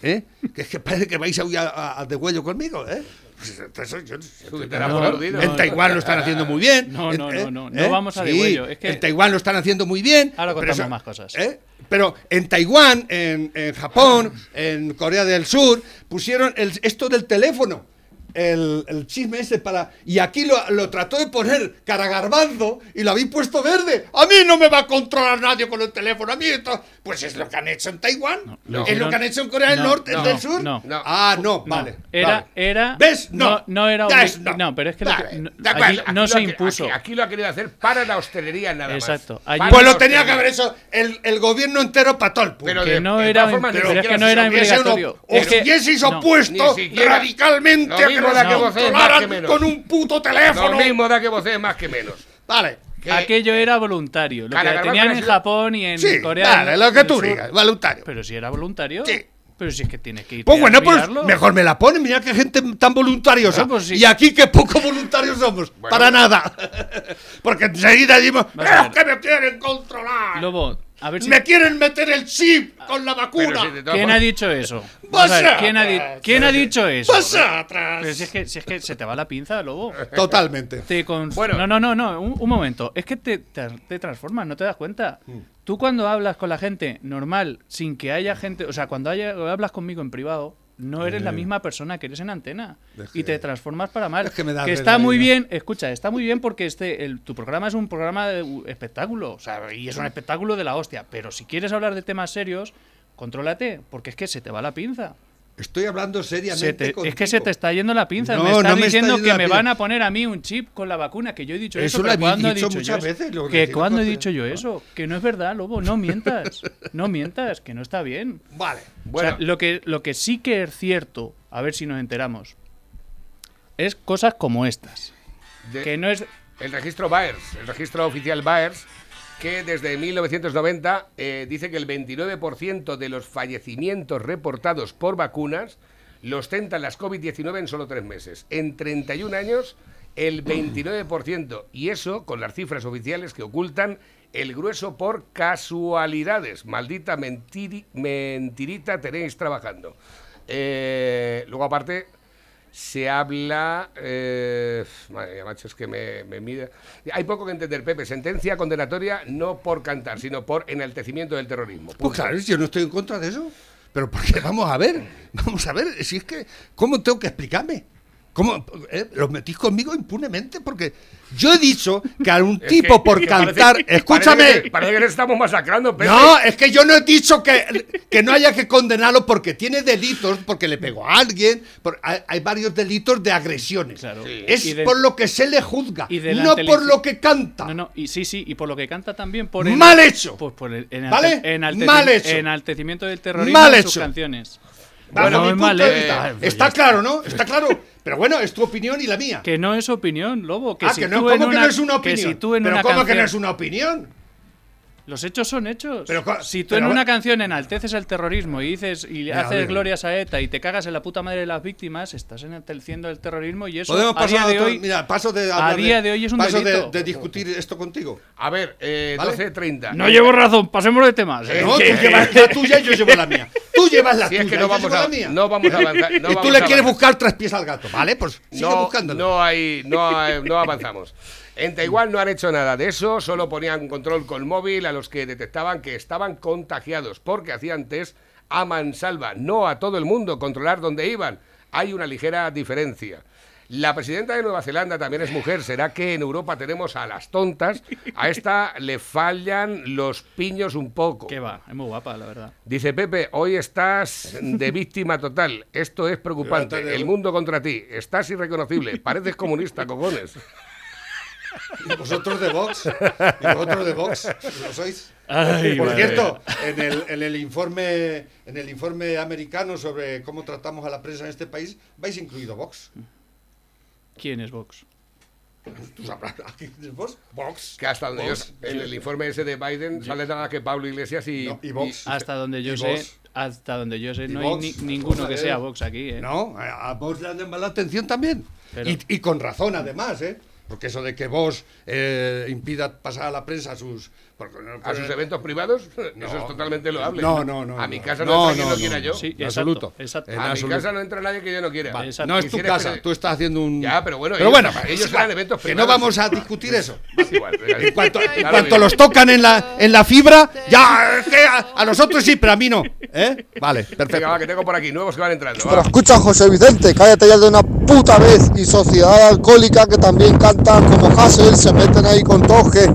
Speaker 4: ¿eh? que es que parece que vais a huir a, a- a de huello conmigo. ¿eh? Pues, eso yo-
Speaker 1: Tú te
Speaker 4: en
Speaker 2: por
Speaker 1: das
Speaker 4: Taiwán-
Speaker 1: aludido.
Speaker 4: en Taiwán lo están haciendo muy bien.
Speaker 2: No,
Speaker 4: en-
Speaker 2: no,
Speaker 4: ¿eh?
Speaker 2: no, no, no vamos a de
Speaker 4: Sí,
Speaker 2: huello, es que-
Speaker 4: En Taiwán lo están haciendo muy bien.
Speaker 2: Ahora
Speaker 4: pero
Speaker 2: contamos más cosas.
Speaker 4: ¿eh? Pero en Taiwán, en, en Japón, en Corea del Sur, pusieron el- esto del teléfono. El, el chisme ese para. Y aquí lo, lo trató de poner caragarbando y lo habéis puesto verde. A mí no me va a controlar nadie con el teléfono. A mí esto- Pues es lo que han hecho en Taiwán.
Speaker 2: lo
Speaker 4: es lo
Speaker 2: hicieron-
Speaker 4: que han hecho en Corea del
Speaker 2: no,
Speaker 4: Norte,
Speaker 2: no,
Speaker 4: del Sur.
Speaker 2: no,
Speaker 1: no.
Speaker 4: Ah, no,
Speaker 2: No,
Speaker 4: vale.
Speaker 2: Era,
Speaker 4: vale.
Speaker 2: era.
Speaker 4: ¿Ves? No.
Speaker 2: No, no era.
Speaker 4: Ya
Speaker 2: obli-
Speaker 4: es no.
Speaker 2: no, pero es que, lo que-
Speaker 4: Vale,
Speaker 2: no,
Speaker 1: De acuerdo,
Speaker 2: allí no
Speaker 1: aquí
Speaker 2: se
Speaker 1: lo que-
Speaker 2: impuso.
Speaker 1: Aquí, aquí lo ha querido hacer para la hostelería nada
Speaker 2: Exacto.
Speaker 1: más.
Speaker 2: Allí-
Speaker 1: Para
Speaker 4: Pues
Speaker 1: la
Speaker 4: lo tenía que
Speaker 1: hostelería.
Speaker 4: haber hecho el, el gobierno entero para todo el pueblo.
Speaker 1: Pero
Speaker 2: que
Speaker 1: de-
Speaker 2: no
Speaker 1: de
Speaker 2: era,
Speaker 1: todas formas, ni
Speaker 2: pero es
Speaker 1: siquiera
Speaker 2: que no
Speaker 1: se
Speaker 2: era
Speaker 1: hubiese-
Speaker 4: Hubiese uno-
Speaker 2: obligatorio.
Speaker 4: Os
Speaker 2: Es que-
Speaker 4: hubieieseis
Speaker 2: no.
Speaker 4: opuesto
Speaker 1: Ni siquiera.
Speaker 4: radicalmente
Speaker 1: Lo
Speaker 4: a que
Speaker 1: mismo
Speaker 4: nos
Speaker 1: da que vocéis, más que
Speaker 4: controlaran
Speaker 1: menos.
Speaker 4: con un puto
Speaker 1: Lo
Speaker 4: teléfono.
Speaker 1: mismo da que voces más que menos.
Speaker 4: Vale.
Speaker 1: Que-
Speaker 2: Aquello
Speaker 4: eh,
Speaker 2: era voluntario. Lo que
Speaker 1: Caragarbanzo
Speaker 2: tenían
Speaker 1: era
Speaker 2: en
Speaker 1: ciudad-
Speaker 2: Japón y en
Speaker 4: Sí,
Speaker 2: Corea.
Speaker 4: vale,
Speaker 2: del-
Speaker 4: lo que
Speaker 2: del
Speaker 4: tú
Speaker 2: Sur.
Speaker 4: digas, voluntario.
Speaker 2: Pero si era voluntario.
Speaker 4: Sí.
Speaker 2: Pero si es que tienes que ir.
Speaker 4: Pues bueno, pues mejor me la ponen. Mira qué gente tan voluntariosa.
Speaker 2: Bueno, pues sí.
Speaker 4: Y aquí que poco voluntarios somos.
Speaker 1: Bueno.
Speaker 4: Para nada. Porque enseguida decimos,
Speaker 2: Vas a
Speaker 4: es
Speaker 2: ver.
Speaker 4: que me quieren controlar.
Speaker 2: Lobo, a ver si. Ah,
Speaker 4: Me quieren meter el chip con la vacuna.
Speaker 1: Pero si de todas
Speaker 2: ¿Quién ha
Speaker 1: formas-
Speaker 2: dicho eso? Vamos
Speaker 4: Vas
Speaker 2: a ver,
Speaker 4: a-
Speaker 2: ¿Quién ha, di- quién ha dicho eso?
Speaker 4: Pasa atrás.
Speaker 2: Pero si es, que, si es que se te va la pinza, Lobo.
Speaker 4: Totalmente.
Speaker 2: Te con-
Speaker 1: Bueno.
Speaker 2: No, no, no, no. Un, un momento. Es que te, te- te transformas, no te das cuenta.
Speaker 4: Mm.
Speaker 2: Tú cuando hablas con la gente normal, sin que haya gente. O sea, cuando haya- hablas conmigo en privado, no eres la misma persona que eres en antena.
Speaker 4: Eh. Es
Speaker 2: Y te
Speaker 4: que-
Speaker 2: transformas para mal.
Speaker 4: es que me da
Speaker 2: está
Speaker 4: adrenalina.
Speaker 2: muy bien, escucha, está muy bien porque este el- tu programa es un programa de u- espectáculo. O sea, y
Speaker 4: Mm.
Speaker 2: es un espectáculo de la hostia. Pero si quieres hablar de temas serios, contrólate, porque es que se te va la pinza.
Speaker 4: Estoy hablando
Speaker 2: Se te-
Speaker 4: seriamente contigo.
Speaker 2: es que se te está yendo la pinza.
Speaker 4: No,
Speaker 2: me estás
Speaker 4: no me está
Speaker 2: diciendo
Speaker 4: yendo
Speaker 2: que
Speaker 4: la
Speaker 2: me
Speaker 4: pinza.
Speaker 2: van a poner a mí un chip con la vacuna. Que yo he dicho
Speaker 4: Eso
Speaker 2: eso.
Speaker 4: lo
Speaker 2: pero
Speaker 4: habéis
Speaker 2: ¿cuándo he
Speaker 4: dicho
Speaker 2: dicho
Speaker 4: muchas
Speaker 2: yo eso?
Speaker 4: veces, lo
Speaker 2: Que
Speaker 4: decimos
Speaker 2: cuando he
Speaker 4: cuando-
Speaker 2: dicho yo eso. Que no es verdad, Lobo. No mientas. No mientas. Que no está bien.
Speaker 4: Vale.
Speaker 1: Bueno,
Speaker 2: O sea, lo que, lo que sí que es cierto, a ver si nos enteramos, es cosas como estas.
Speaker 1: de-
Speaker 2: Que no es.
Speaker 1: el registro Baers, el registro oficial Baers, que desde 1990 eh, dice que el 29% de los fallecimientos reportados por vacunas lo ostentan las COVID-19 en solo tres meses. En 31 años, el 29%, y eso con las cifras oficiales que ocultan el grueso por casualidades. Maldita mentiri- mentirita tenéis trabajando. Eh, luego aparte, se habla. eh, madre mía, macho, es que me, me mide. Hay poco que entender, Pepe. Sentencia condenatoria no por cantar, sino por enaltecimiento del terrorismo.
Speaker 4: Pues
Speaker 1: Punto.
Speaker 4: claro, yo no estoy en contra de eso. Pero porque vamos a ver, vamos a ver, si es que, ¿cómo tengo que explicarme? ¿Cómo eh, los metís conmigo impunemente? Porque yo he dicho que a un
Speaker 1: Es
Speaker 4: tipo
Speaker 1: que-
Speaker 4: por
Speaker 1: que parece-
Speaker 4: cantar,
Speaker 1: parece
Speaker 4: escúchame,
Speaker 1: que- Parece que le estamos masacrando, Pepe.
Speaker 4: No, es que yo no he dicho que, que no haya que condenarlo porque tiene delitos, porque le pegó a alguien. por- hay, hay varios delitos de agresiones.
Speaker 2: Claro. Sí.
Speaker 4: Es
Speaker 2: Y de-
Speaker 4: por lo que se le juzga,
Speaker 2: y de la
Speaker 4: no
Speaker 2: tele-
Speaker 4: por lo que canta.
Speaker 2: No, no, y sí, sí, y por lo que canta también por el-
Speaker 4: ¡Mal hecho!
Speaker 2: Pues por el enalte-
Speaker 4: ¿Vale?
Speaker 2: enalteci-
Speaker 4: ¡Mal hecho!
Speaker 2: enaltecimiento del terrorismo
Speaker 4: ¡Mal
Speaker 2: en sus
Speaker 4: hecho!
Speaker 2: canciones.
Speaker 4: Bajo
Speaker 2: Bueno,
Speaker 4: mi
Speaker 2: es
Speaker 4: punto
Speaker 2: mal
Speaker 4: de
Speaker 2: hecho. Eh,
Speaker 4: vista. Está claro, ¿no? Está claro. Pero bueno, es tu opinión y la mía.
Speaker 2: Que no es opinión, Lobo. Que
Speaker 4: ah,
Speaker 2: si
Speaker 4: que no,
Speaker 2: tú en
Speaker 4: ¿cómo que
Speaker 2: una-
Speaker 4: no es una opinión?
Speaker 2: Que si tú en
Speaker 4: pero
Speaker 2: una
Speaker 4: ¿cómo que no
Speaker 2: canción-
Speaker 4: es una opinión?
Speaker 2: Los hechos son hechos.
Speaker 4: Pero co-
Speaker 2: si tú
Speaker 4: pero
Speaker 2: en
Speaker 4: bueno.
Speaker 2: una canción enalteces el terrorismo y dices y
Speaker 4: Ya,
Speaker 2: haces
Speaker 4: bien.
Speaker 2: glorias a ETA y te cagas en la puta madre de las víctimas, estás enalteciendo el terrorismo y eso
Speaker 4: Podemos
Speaker 2: a día
Speaker 4: pasar a
Speaker 2: de
Speaker 4: otro.
Speaker 2: hoy
Speaker 4: Mira, paso de.
Speaker 2: a
Speaker 4: hablar
Speaker 2: día de hoy es un
Speaker 4: Paso de-
Speaker 2: delito.
Speaker 4: de discutir esto contigo.
Speaker 1: A ver, eh,
Speaker 4: ¿Vale?
Speaker 1: 12.30.
Speaker 2: No llevo razón, pasemos de temas.
Speaker 1: Eh,
Speaker 4: No, tú
Speaker 1: que-
Speaker 4: llevas la tuya y yo llevo la mía. Tú llevas la
Speaker 1: Si
Speaker 4: tuya.
Speaker 1: es que
Speaker 4: yo
Speaker 1: no vamos,
Speaker 4: llevo
Speaker 1: a,
Speaker 4: la mía.
Speaker 1: no vamos a avanzar. No
Speaker 4: y tú
Speaker 1: vamos
Speaker 4: le
Speaker 1: a
Speaker 4: quieres
Speaker 1: avanzar.
Speaker 4: buscar tres pies al gato, ¿vale? Pues sigue
Speaker 1: no,
Speaker 4: buscándolo.
Speaker 1: no hay, no hay- no avanzamos. En Taiwán no han hecho nada de eso, solo ponían control con móvil a los que detectaban que estaban contagiados, porque hacían test a mansalva, no a todo el mundo, controlar dónde iban. Hay una ligera diferencia. La presidenta de Nueva Zelanda también es mujer. ¿Será que en Europa tenemos a las tontas? A esta le fallan los piños un poco.
Speaker 2: Que va, es muy guapa, la verdad.
Speaker 1: Dice Pepe, hoy estás de víctima total. Esto es preocupante.
Speaker 4: Levántate.
Speaker 1: El mundo contra ti. Estás irreconocible. Pareces comunista, cojones.
Speaker 4: Y vosotros de Vox. Y vosotros de Vox. Lo sois. Por cierto, en el, en el informe en el informe americano sobre cómo tratamos a la prensa en este país, vais incluido Vox.
Speaker 2: ¿Quién es Vox?
Speaker 4: ¿Tú sabrás aquí de Vox? Vox.
Speaker 1: Que hasta donde yo-
Speaker 4: Vox.
Speaker 1: en el informe ese de Biden sale nada que Pablo Iglesias y,
Speaker 4: No, y Vox.
Speaker 2: Hasta donde yo
Speaker 4: ¿Y
Speaker 2: sé,
Speaker 4: Vox?
Speaker 2: hasta donde yo sé,
Speaker 4: ¿Y
Speaker 2: no
Speaker 4: Vox?
Speaker 2: hay ni- ninguno que
Speaker 4: Joder.
Speaker 2: sea Vox aquí, ¿eh?
Speaker 4: No, a a Vox le han llamado la atención también.
Speaker 2: Pero-
Speaker 4: Y, y con razón, además, ¿eh? Porque eso de que Vox eh, impida pasar a la prensa a sus... porque no-
Speaker 1: a sus eventos privados, eso es totalmente loable.
Speaker 4: No, no, no,
Speaker 1: A mi
Speaker 4: no.
Speaker 1: casa no,
Speaker 4: No,
Speaker 1: entra quien
Speaker 4: no,
Speaker 1: no quiera
Speaker 4: no.
Speaker 1: yo.
Speaker 2: Sí,
Speaker 4: En
Speaker 2: exacto,
Speaker 4: absoluto.
Speaker 2: exacto.
Speaker 4: En
Speaker 1: a mi
Speaker 4: absoluto.
Speaker 1: casa no entra nadie que yo no quiera.
Speaker 2: Vale, exacto.
Speaker 4: No es tu
Speaker 1: Quisieras
Speaker 4: casa,
Speaker 1: que-
Speaker 4: tú estás haciendo un...
Speaker 1: Ya, pero bueno,
Speaker 4: pero
Speaker 1: ellos-
Speaker 4: bueno
Speaker 1: ellos
Speaker 4: es
Speaker 1: eran
Speaker 4: igual,
Speaker 1: eventos
Speaker 4: que no
Speaker 1: privados.
Speaker 4: vamos a discutir eso.
Speaker 1: Es igual, venga,
Speaker 4: En cuanto, en
Speaker 1: da lo
Speaker 4: cuanto
Speaker 1: mismo.
Speaker 4: los tocan en la, en la fibra, ya, es que a, a los otros sí, pero a mí no. ¿eh? Vale,
Speaker 1: Venga, va,
Speaker 4: perfecto.
Speaker 1: que tengo por aquí nuevos que van entrando. va.
Speaker 5: Pero escucha, José Vicente, cállate ya de una puta vez. Y Sociedad Alcohólica, que también cantan como Hassel, se meten ahí con toje.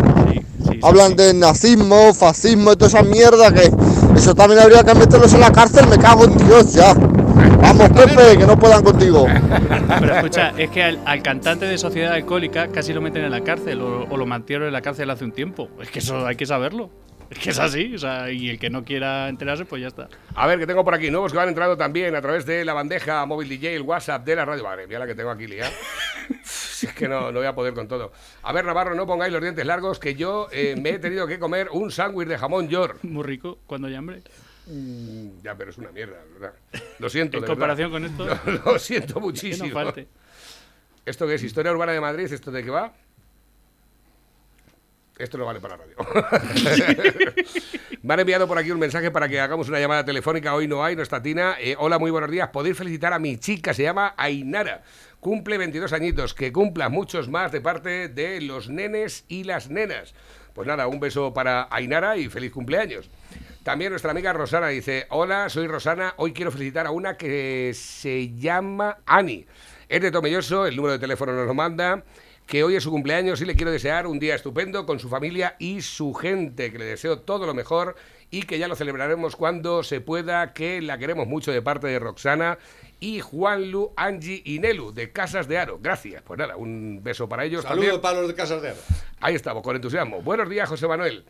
Speaker 5: Hablan de nazismo, fascismo y toda esa mierda que eso también habría que meterlos en la cárcel, me cago en Dios ya. Vamos, Pepe, que no puedan contigo.
Speaker 2: Pero escucha, es que al, al cantante de Sociedad Alcohólica casi lo meten en la cárcel o, o lo mantieron en la cárcel hace un tiempo. Es que eso hay que saberlo. Es que es así, o sea, y el que no quiera enterarse, pues ya está.
Speaker 1: A ver, que tengo por aquí nuevos que han entrado también a través de la bandeja móvil DJ, el WhatsApp de la radio. Madre mía, la que tengo aquí liada. si es que no, no voy a poder con todo. A ver, Navarro, no pongáis los dientes largos, que yo eh, me he tenido que comer un sándwich de jamón york.
Speaker 2: Muy rico cuando hay hambre.
Speaker 1: Mm, Ya, pero es una mierda, la ¿verdad? Lo siento,
Speaker 2: En
Speaker 1: de
Speaker 2: comparación
Speaker 1: verdad.
Speaker 2: con esto,
Speaker 1: Lo, lo siento
Speaker 2: que no
Speaker 1: muchísimo.
Speaker 2: falte.
Speaker 1: ¿Esto qué es? ¿Historia urbana de Madrid? ¿Esto de qué va? Esto no vale para radio. Me han enviado por aquí un mensaje para que hagamos una llamada telefónica. Hoy no hay, no está Tina. Eh, hola, muy buenos días. Podéis felicitar a mi chica, se llama Ainara. Cumple 22 añitos. Que cumpla muchos más de parte de los nenes y las nenas. Pues nada, un beso para Ainara y feliz cumpleaños. También nuestra amiga Rosana dice, hola, soy Rosana, hoy quiero felicitar a una que se llama Ani. Es de Tomelloso, el número de teléfono nos lo manda, que hoy es su cumpleaños y le quiero desear un día estupendo con su familia y su gente, que le deseo todo lo mejor y que ya lo celebraremos cuando se pueda, que la queremos mucho de parte de Roxana y Juanlu, Angie y Nelu de Casas de Aro. Gracias. Pues nada, un beso para ellos. también.
Speaker 4: Saludos para los de Casas de Arro.
Speaker 1: Ahí estamos, con entusiasmo. Buenos días, José Manuel.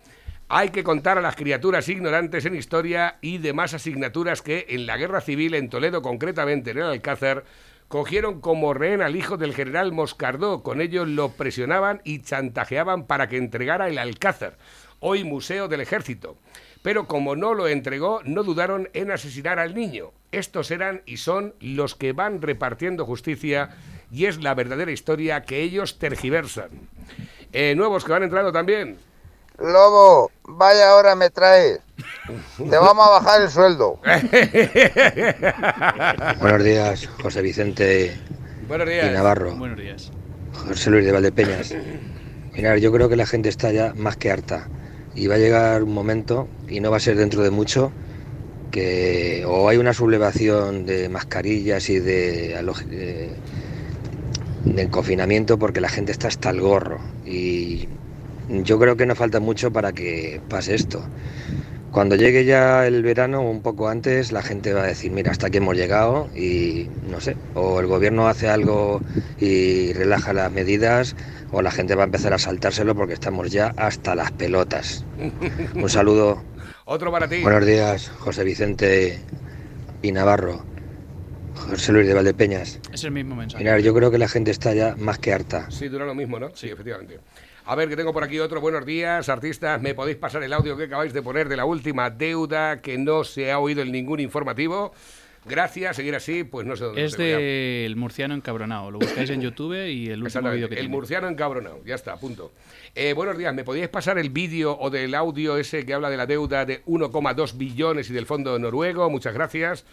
Speaker 1: Hay que contar a las criaturas ignorantes en historia y demás asignaturas que en la guerra civil en Toledo, concretamente en el Alcázar, cogieron como rehén al hijo del general Moscardó. Con ello lo presionaban y chantajeaban para que entregara el Alcázar, hoy Museo del Ejército. Pero como no lo entregó, no dudaron en asesinar al niño. Estos eran y son los que van repartiendo justicia y es la verdadera historia que ellos tergiversan. Eh, nuevos que van entrando también.
Speaker 6: Lobo, vaya hora me traes. Te vamos a bajar el sueldo.
Speaker 7: Buenos días, José Vicente
Speaker 1: Buenos
Speaker 7: y
Speaker 1: días.
Speaker 7: Navarro.
Speaker 2: Buenos días.
Speaker 7: José Luis de Valdepeñas. Mirad, yo creo que la gente está ya más que harta. Y va a llegar un momento, y no va a ser dentro de mucho, que o hay una sublevación de mascarillas y de, alo- eh, del confinamiento porque la gente está hasta el gorro. Y yo creo que no falta mucho para que pase esto. Cuando llegue ya el verano, un poco antes, la gente va a decir, mira, hasta aquí hemos llegado y no sé, o el gobierno hace algo y relaja las medidas, o la gente va a empezar a saltárselo porque estamos ya hasta las pelotas. Un saludo.
Speaker 1: Otro para ti.
Speaker 7: Buenos días, José Vicente y Navarro. José Luis de Valdepeñas.
Speaker 2: Es el mismo mensaje.
Speaker 7: Mirad, yo creo que la gente está ya más que harta.
Speaker 1: Sí, dura lo mismo, ¿no? Sí. efectivamente. A ver, que tengo por aquí otro. Buenos días, artistas. ¿Me podéis pasar el audio que acabáis de poner de la última deuda que no se ha oído en ningún informativo? Gracias, seguir así, pues no sé dónde.
Speaker 2: Es
Speaker 1: lo tengo ya.
Speaker 2: del murciano encabronado. Lo buscáis en YouTube y el último vídeo
Speaker 1: Exactamente,
Speaker 2: que
Speaker 1: el
Speaker 2: tiene.
Speaker 1: murciano encabronado, ya está, punto. Eh, buenos días, ¿me podíais pasar el vídeo o del audio ese que habla de la deuda de 1,2 billones y del fondo noruego? Muchas gracias.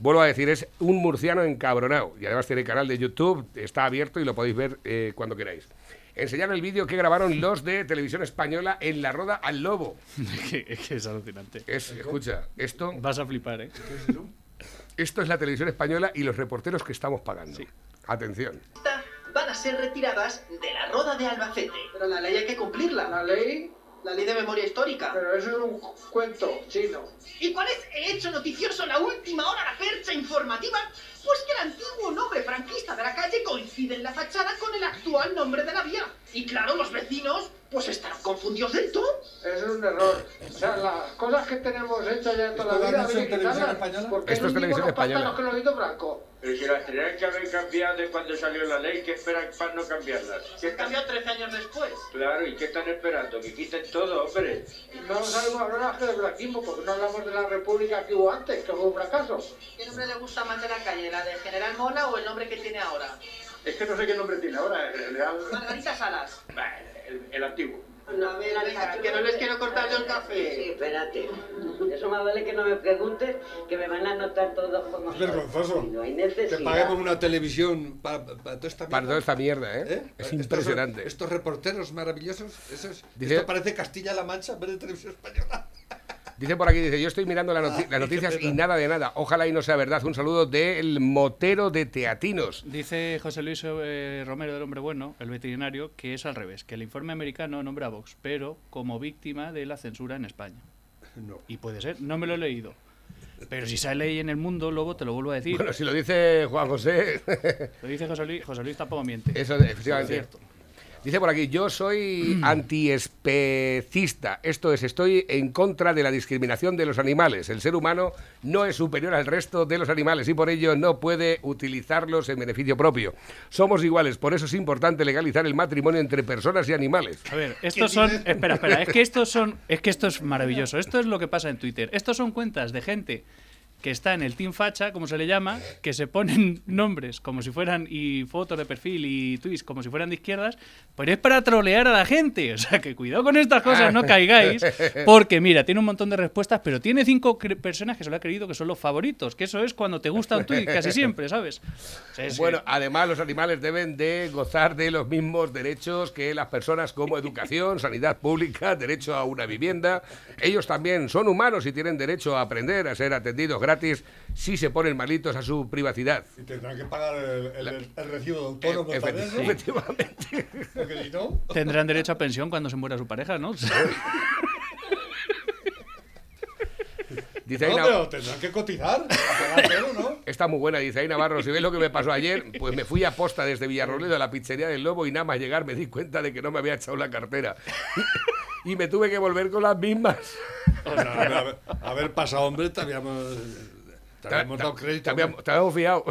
Speaker 1: Vuelvo a decir, es un murciano encabronado y además tiene canal de YouTube, está abierto y lo podéis ver eh, cuando queráis. Enseñar el vídeo que grabaron los de Televisión Española en la roda al lobo.
Speaker 2: Es que- es que es alucinante.
Speaker 1: Es, escucha, esto,
Speaker 2: Vas a flipar, ¿eh?
Speaker 1: esto es la televisión española y los reporteros que estamos pagando. Atención.
Speaker 8: van a ser retiradas de la roda de Albacete. Pero la ley hay que cumplirla. ¿La ley? La ley de memoria histórica. Pero eso es un cuento chino. ¿Y cuál es el hecho noticioso? La última hora, la percha informativa. Pues que el antiguo nombre franquista de la calle coincide en la fachada con el actual nombre de la vía. Y claro, los vecinos, pues estarán confundidos del todo. Es un error. O sea, las cosas que tenemos hechas ya toda la vida, hay que quitarlas. Porque
Speaker 1: Esto es televisión española.
Speaker 8: que lo digo Franco.
Speaker 9: Pero si las tenían que haber cambiado de cuando salió la ley, ¿qué esperan para no cambiarlas? ¿Qué
Speaker 8: Se
Speaker 9: están-
Speaker 8: cambió 13 años después.
Speaker 9: Claro, ¿y qué están esperando? Que quiten todo, hombre.
Speaker 8: No sabemos hablar del franquismo porque no hablamos de la república que hubo antes, que fue un fracaso. ¿Qué nombre le gusta más de la calle, la de General Mola o el nombre que tiene ahora?
Speaker 9: Es que no sé qué nombre tiene ahora, el,
Speaker 8: Margarita Salas.
Speaker 9: antiguo.
Speaker 8: A ver, Alex, que no les quiero cortar yo el café.
Speaker 10: eh, espérate. Eso más vale que no me preguntes, que me van a anotar todos como.
Speaker 4: Es vergonzoso.
Speaker 10: soy. No hay
Speaker 4: Que
Speaker 10: necesidad.
Speaker 4: paguemos una televisión para, para toda esta
Speaker 1: Para toda esta mierda, ¿eh?
Speaker 4: ¿Eh?
Speaker 1: Es
Speaker 4: Estos-
Speaker 1: impresionante.
Speaker 4: Estos, reporteros maravillosos, eso es-
Speaker 1: Dice-
Speaker 4: esto parece Castilla-La Mancha en vez de televisión española.
Speaker 1: Dice por aquí, dice, yo estoy mirando
Speaker 2: Ah,
Speaker 1: la noti- las noticias y nada de nada. Ojalá y no sea verdad. Un saludo del motero de Teatinos.
Speaker 2: Dice José Luis eh, Romero del Hombre Bueno, el veterinario, que es al revés, que el informe americano nombra a Vox, pero como víctima de la censura en España.
Speaker 4: No.
Speaker 2: Y puede ser, no me lo he leído. Pero si sale ahí en el mundo, Lobo, te lo vuelvo a decir.
Speaker 1: Bueno, si lo dice Juan José,
Speaker 2: Lo dice José Luis, José Luis tampoco miente.
Speaker 1: eso
Speaker 2: es
Speaker 1: efectivamente.
Speaker 2: cierto.
Speaker 1: Dice por aquí, yo soy antiespecista. Esto es, estoy en contra de la discriminación de los animales. El ser humano no es superior al resto de los animales y por ello no puede utilizarlos en beneficio propio. Somos iguales, por eso es importante legalizar el matrimonio entre personas y animales.
Speaker 2: A ver, estos son.
Speaker 4: dices?
Speaker 2: Espera, espera. Es que estos son. Es que esto es maravilloso. Esto es lo que pasa en Twitter. Estos son cuentas de gente que está en el Team Facha, como se le llama, que se ponen nombres como si fueran y fotos de perfil y tweets como si fueran de izquierdas, pero es para trolear a la gente. O sea, que cuidado con estas cosas, no caigáis, porque mira, tiene un montón de respuestas, pero tiene cinco cre- personas que solo ha creído que son los favoritos, que eso es cuando te gusta un tweet casi siempre, ¿sabes? O sea, es-
Speaker 1: Bueno, además los animales deben de gozar de los mismos derechos que las personas como educación, sanidad pública, derecho a una vivienda. Ellos también son humanos y tienen derecho a aprender, a ser atendidos gratis si se ponen malitos a su privacidad.
Speaker 4: Y tendrán que pagar el, el, el recibo de autónomo
Speaker 1: Efe-
Speaker 4: también, ¿no?
Speaker 1: efectivamente.
Speaker 4: Porque si no...
Speaker 2: Tendrán derecho a pensión cuando se muera su pareja, ¿no?
Speaker 1: Dice
Speaker 4: No,
Speaker 1: ahí Nav-
Speaker 4: pero tendrán que cotizar. para pagar todo, ¿no?
Speaker 1: Está muy buena, dice ahí Navarro. Si ves lo que me pasó ayer, pues me fui a posta desde Villarroledo a la pizzería del Lobo y nada más llegar me di cuenta de que no me había echado la cartera. Y me tuve que volver con las mismas.
Speaker 4: O sea, Pues a ver, a ver, a ver, pasa hombre, te habíamos, te habíamos dado crédito.
Speaker 1: Te habíamos,
Speaker 4: hombre.
Speaker 1: te habíamos fiado.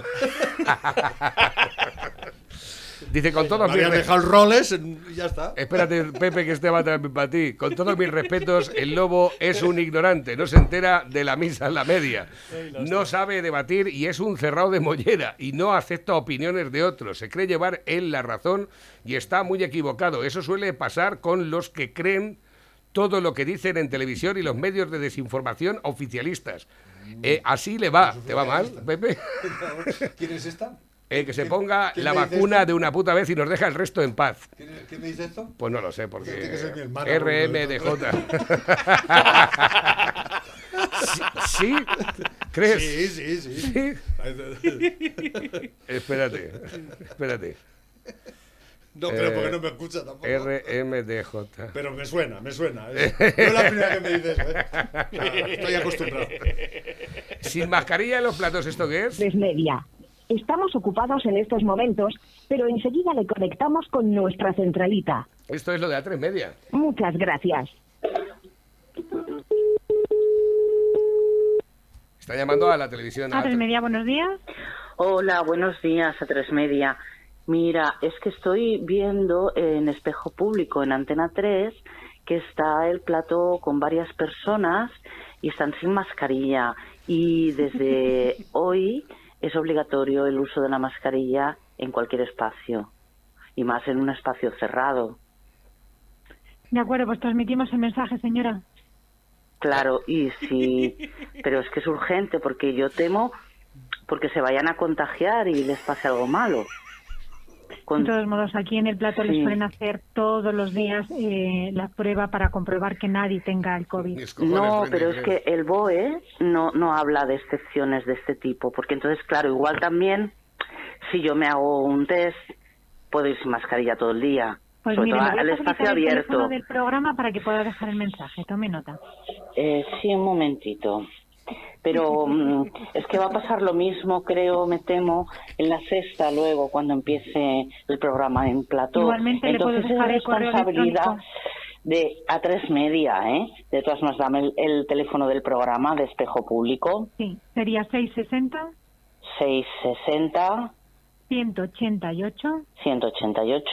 Speaker 1: Dice, con todos mis
Speaker 4: Habían
Speaker 1: re-
Speaker 4: dejado roles y ya está.
Speaker 1: Espérate, Pepe, que este va también para ti. Con todos mis respetos, el lobo es un ignorante, no se entera de la misa en la media. No sabe debatir y es un cerrado de mollera y no acepta opiniones de otros. Se cree llevar él la razón y está muy equivocado. Eso suele pasar con los que creen todo lo que dicen en televisión y los medios de desinformación oficialistas. Eh, así le va. ¿Te va mal, Pepe?
Speaker 4: ¿Quién es esta?
Speaker 1: Eh, que se ponga
Speaker 4: quién
Speaker 1: la
Speaker 4: le dice
Speaker 1: vacuna de una puta vez y nos deja el resto en paz.
Speaker 4: ¿Quién, quién me dice esto?
Speaker 1: Pues no lo sé, porque.
Speaker 4: Tiene que ser mi hermana,
Speaker 1: RMDJ. ¿Sí? ¿Sí? ¿Crees?
Speaker 4: Sí, sí, Pues sí.
Speaker 1: Sí. Espérate, espérate.
Speaker 4: No creo
Speaker 1: Eh,
Speaker 4: porque no me escucha tampoco.
Speaker 1: RMDJ.
Speaker 4: Pero me suena, me suena. ¿eh? No es la primera que me dices. ¿eh? Nada, Estoy acostumbrado.
Speaker 1: Sin mascarilla en los platos, ¿esto qué es?
Speaker 11: Tres media. Estamos ocupados en estos momentos, pero enseguida le conectamos con nuestra centralita.
Speaker 1: Esto es lo de A3 Media.
Speaker 11: Muchas gracias.
Speaker 1: Está llamando a la televisión. a
Speaker 12: A tres
Speaker 1: la
Speaker 12: media, buenos días. Hola, buenos días, a tres media. Mira, es que estoy viendo en espejo público en Antena 3 que está el plato con varias personas y están sin mascarilla. Y desde hoy es obligatorio el uso de la mascarilla en cualquier espacio y más en un espacio cerrado.
Speaker 13: De acuerdo, pues transmitimos el mensaje, señora.
Speaker 12: Claro, y sí, pero es que es urgente porque yo temo porque se vayan a contagiar y les pase algo malo. Con-
Speaker 13: De todos modos, aquí en el plato les
Speaker 12: Sí.
Speaker 13: suelen hacer todos los días eh, la prueba para comprobar que nadie tenga el COVID.
Speaker 12: No, pero es que el BOE no, no habla de excepciones de este tipo, porque entonces, claro, igual también, si yo me hago un test, puedo ir sin mascarilla todo el día,
Speaker 13: Pues
Speaker 12: sobre
Speaker 13: mire,
Speaker 12: todo
Speaker 13: le voy a
Speaker 12: al
Speaker 13: facilitar
Speaker 12: espacio
Speaker 13: el teléfono
Speaker 12: abierto.
Speaker 13: del programa para que pueda dejar el mensaje. Tome nota.
Speaker 12: Eh, sí, un momentito. Pero mm, es que va a pasar lo mismo, creo, me temo, en la sexta luego, cuando empiece el programa en plató.
Speaker 13: Igualmente le puedo
Speaker 12: Entonces
Speaker 13: dejar el
Speaker 12: es
Speaker 13: correo
Speaker 12: responsabilidad
Speaker 13: electrónico.
Speaker 12: de a tres media, ¿eh? De todas maneras, dame el, el teléfono del programa de Espejo Público,
Speaker 13: Sí, sería 660
Speaker 12: 660
Speaker 13: 188
Speaker 12: 188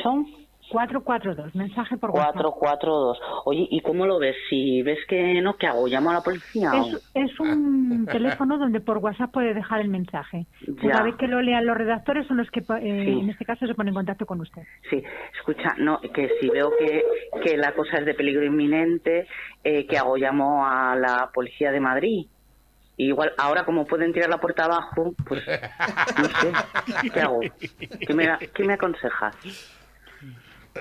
Speaker 13: 442. Mensaje por WhatsApp.
Speaker 12: 442. Oye, ¿y cómo lo ves? Si ves que no, ¿qué hago? ¿Llamo a la policía? o-
Speaker 13: Es, es un teléfono donde por WhatsApp puede dejar el mensaje. Una
Speaker 12: Ya.
Speaker 13: vez que lo lean los redactores son los que eh,
Speaker 12: Sí.
Speaker 13: en este caso se ponen en contacto con usted.
Speaker 12: Sí, escucha, no, que si veo que, que la cosa es de peligro inminente, eh, que hago llamo a la policía de Madrid. Y igual, ahora como pueden tirar la puerta abajo, pues no sé, ¿qué hago? ¿Qué me, qué me aconsejas?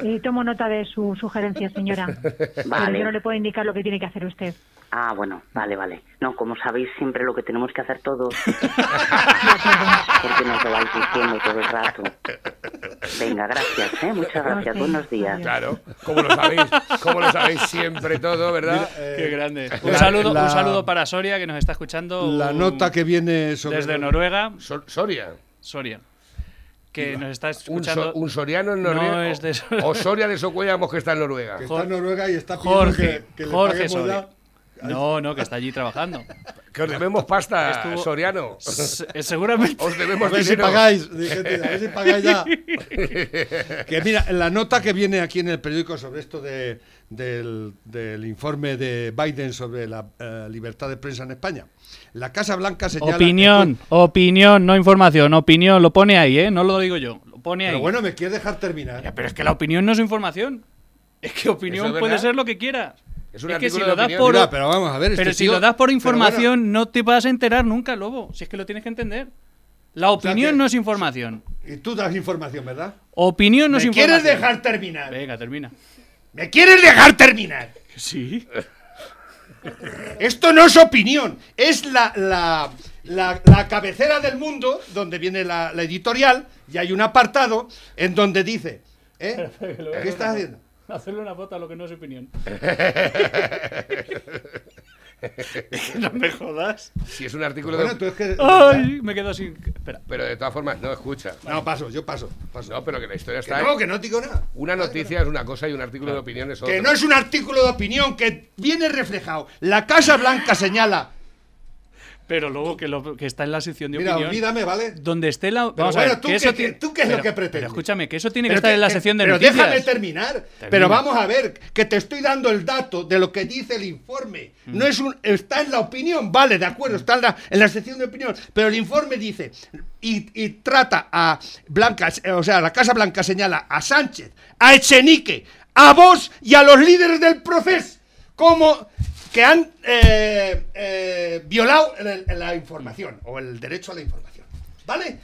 Speaker 13: Eh, tomo nota de su sugerencia, señora. Pero
Speaker 12: Vale.
Speaker 13: yo no le puedo indicar lo que tiene que hacer usted.
Speaker 12: Ah, bueno, vale, vale. No, como sabéis siempre lo que tenemos que hacer todos. Porque nos lo vais diciendo todo el rato. Venga, gracias, ¿eh? Muchas gracias. Buenos días.
Speaker 1: Claro, como lo sabéis, como lo sabéis siempre todo, ¿verdad?
Speaker 4: eh,
Speaker 2: Qué grande.
Speaker 1: La-
Speaker 2: Un saludo,
Speaker 4: la-
Speaker 2: un saludo para Soria que nos está escuchando.
Speaker 4: La
Speaker 2: un-
Speaker 4: nota que viene sobre.
Speaker 2: desde Noruega.
Speaker 1: Soria.
Speaker 2: Soria. Que nos está
Speaker 1: Un, so-
Speaker 2: escuchando.
Speaker 1: un soriano en
Speaker 2: No
Speaker 1: Noruega.
Speaker 2: es de Sor-
Speaker 1: O Soria de Socuellamos que está en Noruega.
Speaker 4: Que está en Noruega y está pidiendo
Speaker 2: Jorge,
Speaker 4: que, que le
Speaker 2: Jorge
Speaker 4: paguemos
Speaker 2: Soria.
Speaker 4: ya.
Speaker 2: No, no, que está allí trabajando.
Speaker 1: Que os debemos pasta, Soriano.
Speaker 2: S- eh, seguramente.
Speaker 1: Os
Speaker 4: A
Speaker 1: debemos
Speaker 4: ver si
Speaker 1: dinero.
Speaker 4: pagáis. dije, tío, a ver si pagáis ya. Que mira, la nota que viene aquí en el periódico sobre esto de- del, del informe de Biden sobre la eh, libertad de prensa en España. La Casa Blanca señala.
Speaker 2: Opinión, opinión, no información, opinión. Lo pone ahí, ¿eh? No lo digo yo. Lo pone ahí.
Speaker 4: Pero bueno, me quieres dejar terminar.
Speaker 2: Pero es que la opinión no es información. Es que opinión
Speaker 4: ¿Eso es
Speaker 2: puede
Speaker 4: verdad?
Speaker 2: ser lo que quieras.
Speaker 1: Es
Speaker 4: un
Speaker 2: que si
Speaker 4: artículo
Speaker 2: lo
Speaker 4: de
Speaker 2: das
Speaker 4: opinión.
Speaker 2: por,
Speaker 4: Mira, pero vamos a ver,
Speaker 2: pero
Speaker 4: este
Speaker 2: si
Speaker 4: tío-
Speaker 2: lo das por
Speaker 4: pero
Speaker 2: información no te vas a enterar nunca, lobo. Si es que lo tienes que entender. La opinión no es información.
Speaker 4: Y tú das información, ¿verdad?
Speaker 2: Opinión no
Speaker 4: ¿Me
Speaker 2: es
Speaker 4: quieres
Speaker 2: información.
Speaker 4: dejar terminar?
Speaker 2: Venga, termina.
Speaker 4: ¿Me quieres dejar terminar?
Speaker 2: Sí.
Speaker 4: Esto no es opinión, es la, la, la- la cabecera del mundo, donde viene la, la editorial, y hay un apartado en donde dice, ¿eh? ¿Qué estás haciendo?
Speaker 2: Hacerle una foto a lo que no es opinión.
Speaker 1: no
Speaker 2: me jodas.
Speaker 1: Si es un artículo
Speaker 4: Bueno,
Speaker 1: de...
Speaker 4: tú es que-
Speaker 2: Ay, me quedo sin. Espera.
Speaker 1: Pero de todas formas, no escucha.
Speaker 4: No, paso, yo paso. paso.
Speaker 1: No, pero que la historia
Speaker 4: Que
Speaker 1: está...
Speaker 4: no, que no digo nada.
Speaker 1: Una noticia es una cosa y un artículo de opinión es otra.
Speaker 4: Que no es un artículo de opinión, que viene reflejado. La Casa Blanca señala
Speaker 2: Pero luego que, lo, que está en la sección de
Speaker 4: Mira,
Speaker 2: opinión.
Speaker 4: olvídame, ¿vale?
Speaker 2: Donde esté la.
Speaker 4: Pero
Speaker 2: vamos a ver,
Speaker 4: bueno, ¿tú
Speaker 2: que eso
Speaker 4: qué-
Speaker 2: tiene-
Speaker 4: tú qué es lo
Speaker 2: pero-
Speaker 4: que pretendes?
Speaker 2: Pero escúchame, que eso tiene que
Speaker 4: Pero
Speaker 2: estar
Speaker 4: que-
Speaker 2: en la
Speaker 4: que-
Speaker 2: sección de
Speaker 4: pero
Speaker 2: noticias.
Speaker 4: déjame terminar.
Speaker 2: Termina.
Speaker 4: Pero vamos a ver, que te estoy dando el dato de lo que dice el informe.
Speaker 2: Mm.
Speaker 4: No es un, está en la opinión, vale, de acuerdo, está en la, en la sección de opinión. Pero el informe dice y, y trata a Blanca, eh, o sea, la Casa Blanca señala a Sánchez, a Echenique, a vos y a los líderes del proceso como que han eh, eh, violado el- el- la información o el derecho a la información, ¿vale?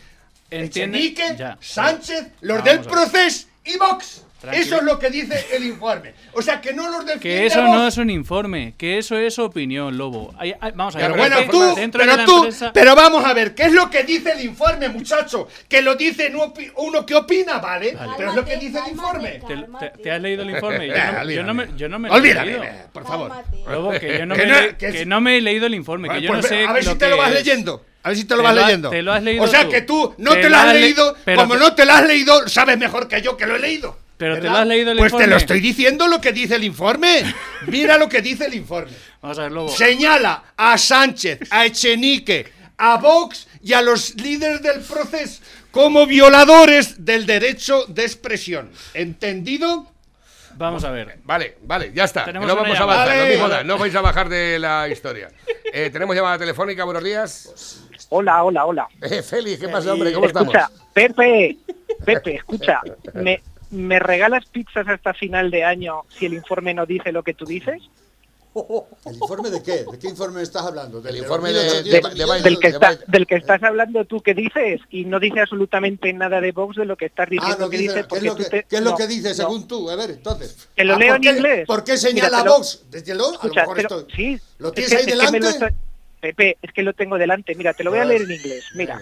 Speaker 2: Entiende-
Speaker 4: Echenique,
Speaker 2: ya.
Speaker 4: Sánchez, los
Speaker 2: Vamos a
Speaker 4: del
Speaker 2: ver.
Speaker 4: proceso y Vox.
Speaker 2: Tranquilo.
Speaker 4: Eso es lo que dice el informe. O sea, que no los defiende
Speaker 2: Que eso
Speaker 4: a Vox.
Speaker 2: no es un informe, que eso es opinión, lobo. Ay, ay, vamos a ver.
Speaker 4: Pero bueno,
Speaker 2: porque
Speaker 4: tú,
Speaker 2: dentro de
Speaker 4: pero
Speaker 2: la
Speaker 4: tú,
Speaker 2: empresa-
Speaker 4: pero vamos a ver, ¿qué es lo que dice el informe, muchacho? Que lo dice no opi- uno que opina, ¿vale?
Speaker 2: Vale.
Speaker 4: Pero es lo que dice el informe.
Speaker 2: ¿Te, te- te has leído el informe? Yo
Speaker 4: Eh,
Speaker 2: no, yo no me, yo no me lo he
Speaker 4: Olvídame,
Speaker 2: leído.
Speaker 4: eh, por favor.
Speaker 2: Lobo, que yo no,
Speaker 4: Que
Speaker 2: me,
Speaker 4: no-
Speaker 2: he le-
Speaker 4: que-
Speaker 2: que no me he leído el informe, que
Speaker 4: Bueno,
Speaker 2: yo no
Speaker 4: pues
Speaker 2: sé.
Speaker 4: a ver si te
Speaker 2: que
Speaker 4: lo vas
Speaker 2: es.
Speaker 4: leyendo. A ver si te lo vas
Speaker 2: ha-
Speaker 4: leyendo.
Speaker 2: te lo has leído
Speaker 4: O sea
Speaker 2: tú.
Speaker 4: que tú no
Speaker 2: Te
Speaker 4: te,
Speaker 2: lo
Speaker 4: lo has
Speaker 2: has le-
Speaker 4: leído.
Speaker 2: pero
Speaker 4: Como
Speaker 2: te-
Speaker 4: no te lo has leído, sabes mejor que yo que lo he leído.
Speaker 2: Pero te
Speaker 4: ¿verdad?
Speaker 2: lo has leído el
Speaker 4: pues
Speaker 2: informe.
Speaker 4: te lo estoy diciendo lo que dice el informe. Mira lo que dice el informe.
Speaker 2: Vamos a ver, lobo.
Speaker 4: Señala a Sánchez, a Echenique, a Vox y a los líderes del proceso como violadores del derecho de expresión. ¿Entendido?
Speaker 2: Vamos a ver.
Speaker 1: Vale, vale, ya está. que
Speaker 4: Tenemos
Speaker 1: no
Speaker 4: una
Speaker 1: vamos a
Speaker 4: llamada.
Speaker 1: avanzar,
Speaker 4: Vale.
Speaker 1: no, me jodan, no vais a bajar de la historia. Eh, tenemos llamada telefónica, buenos díaz.
Speaker 14: Hola, hola, hola.
Speaker 1: Eh, Félix, ¿qué pasa, hombre? ¿Cómo
Speaker 14: escucha,
Speaker 1: estamos?
Speaker 14: Pepe, Pepe, escucha, ¿me, ¿me regalas pizzas hasta final de año si el informe no dice lo que tú dices?
Speaker 15: ¿El informe de qué? ¿De qué informe estás hablando? ¿Del
Speaker 1: informe
Speaker 15: los
Speaker 1: de-
Speaker 15: 1800
Speaker 1: de- de
Speaker 15: millones?
Speaker 14: del, que está- del que estás hablando tú que dices y no dice absolutamente nada de Vox de lo que estás
Speaker 15: Ah,
Speaker 14: diciendo
Speaker 15: no
Speaker 14: que
Speaker 15: dice-
Speaker 14: dices
Speaker 15: ¿qué es
Speaker 14: porque
Speaker 15: lo
Speaker 14: tú
Speaker 15: que,
Speaker 14: te-
Speaker 15: qué es lo
Speaker 14: no,
Speaker 15: que dice
Speaker 14: no.
Speaker 15: según tú? A ver, entonces.
Speaker 14: Te lo
Speaker 15: Ah,
Speaker 14: leo
Speaker 15: ¿por
Speaker 14: en
Speaker 15: qué-
Speaker 14: inglés.
Speaker 15: ¿Por qué señala
Speaker 14: Míratelo.
Speaker 15: Vox? Díselo, a lo
Speaker 14: Escucha,
Speaker 15: mejor
Speaker 14: te lo-
Speaker 15: esto.
Speaker 14: sí,
Speaker 15: ¿Lo
Speaker 14: es
Speaker 15: tienes
Speaker 14: que-
Speaker 15: ahí
Speaker 14: es que me lo
Speaker 15: delante? Ah,
Speaker 14: estoy- Pepe, es que lo tengo delante. Mira, te lo voy a leer en inglés. Mira.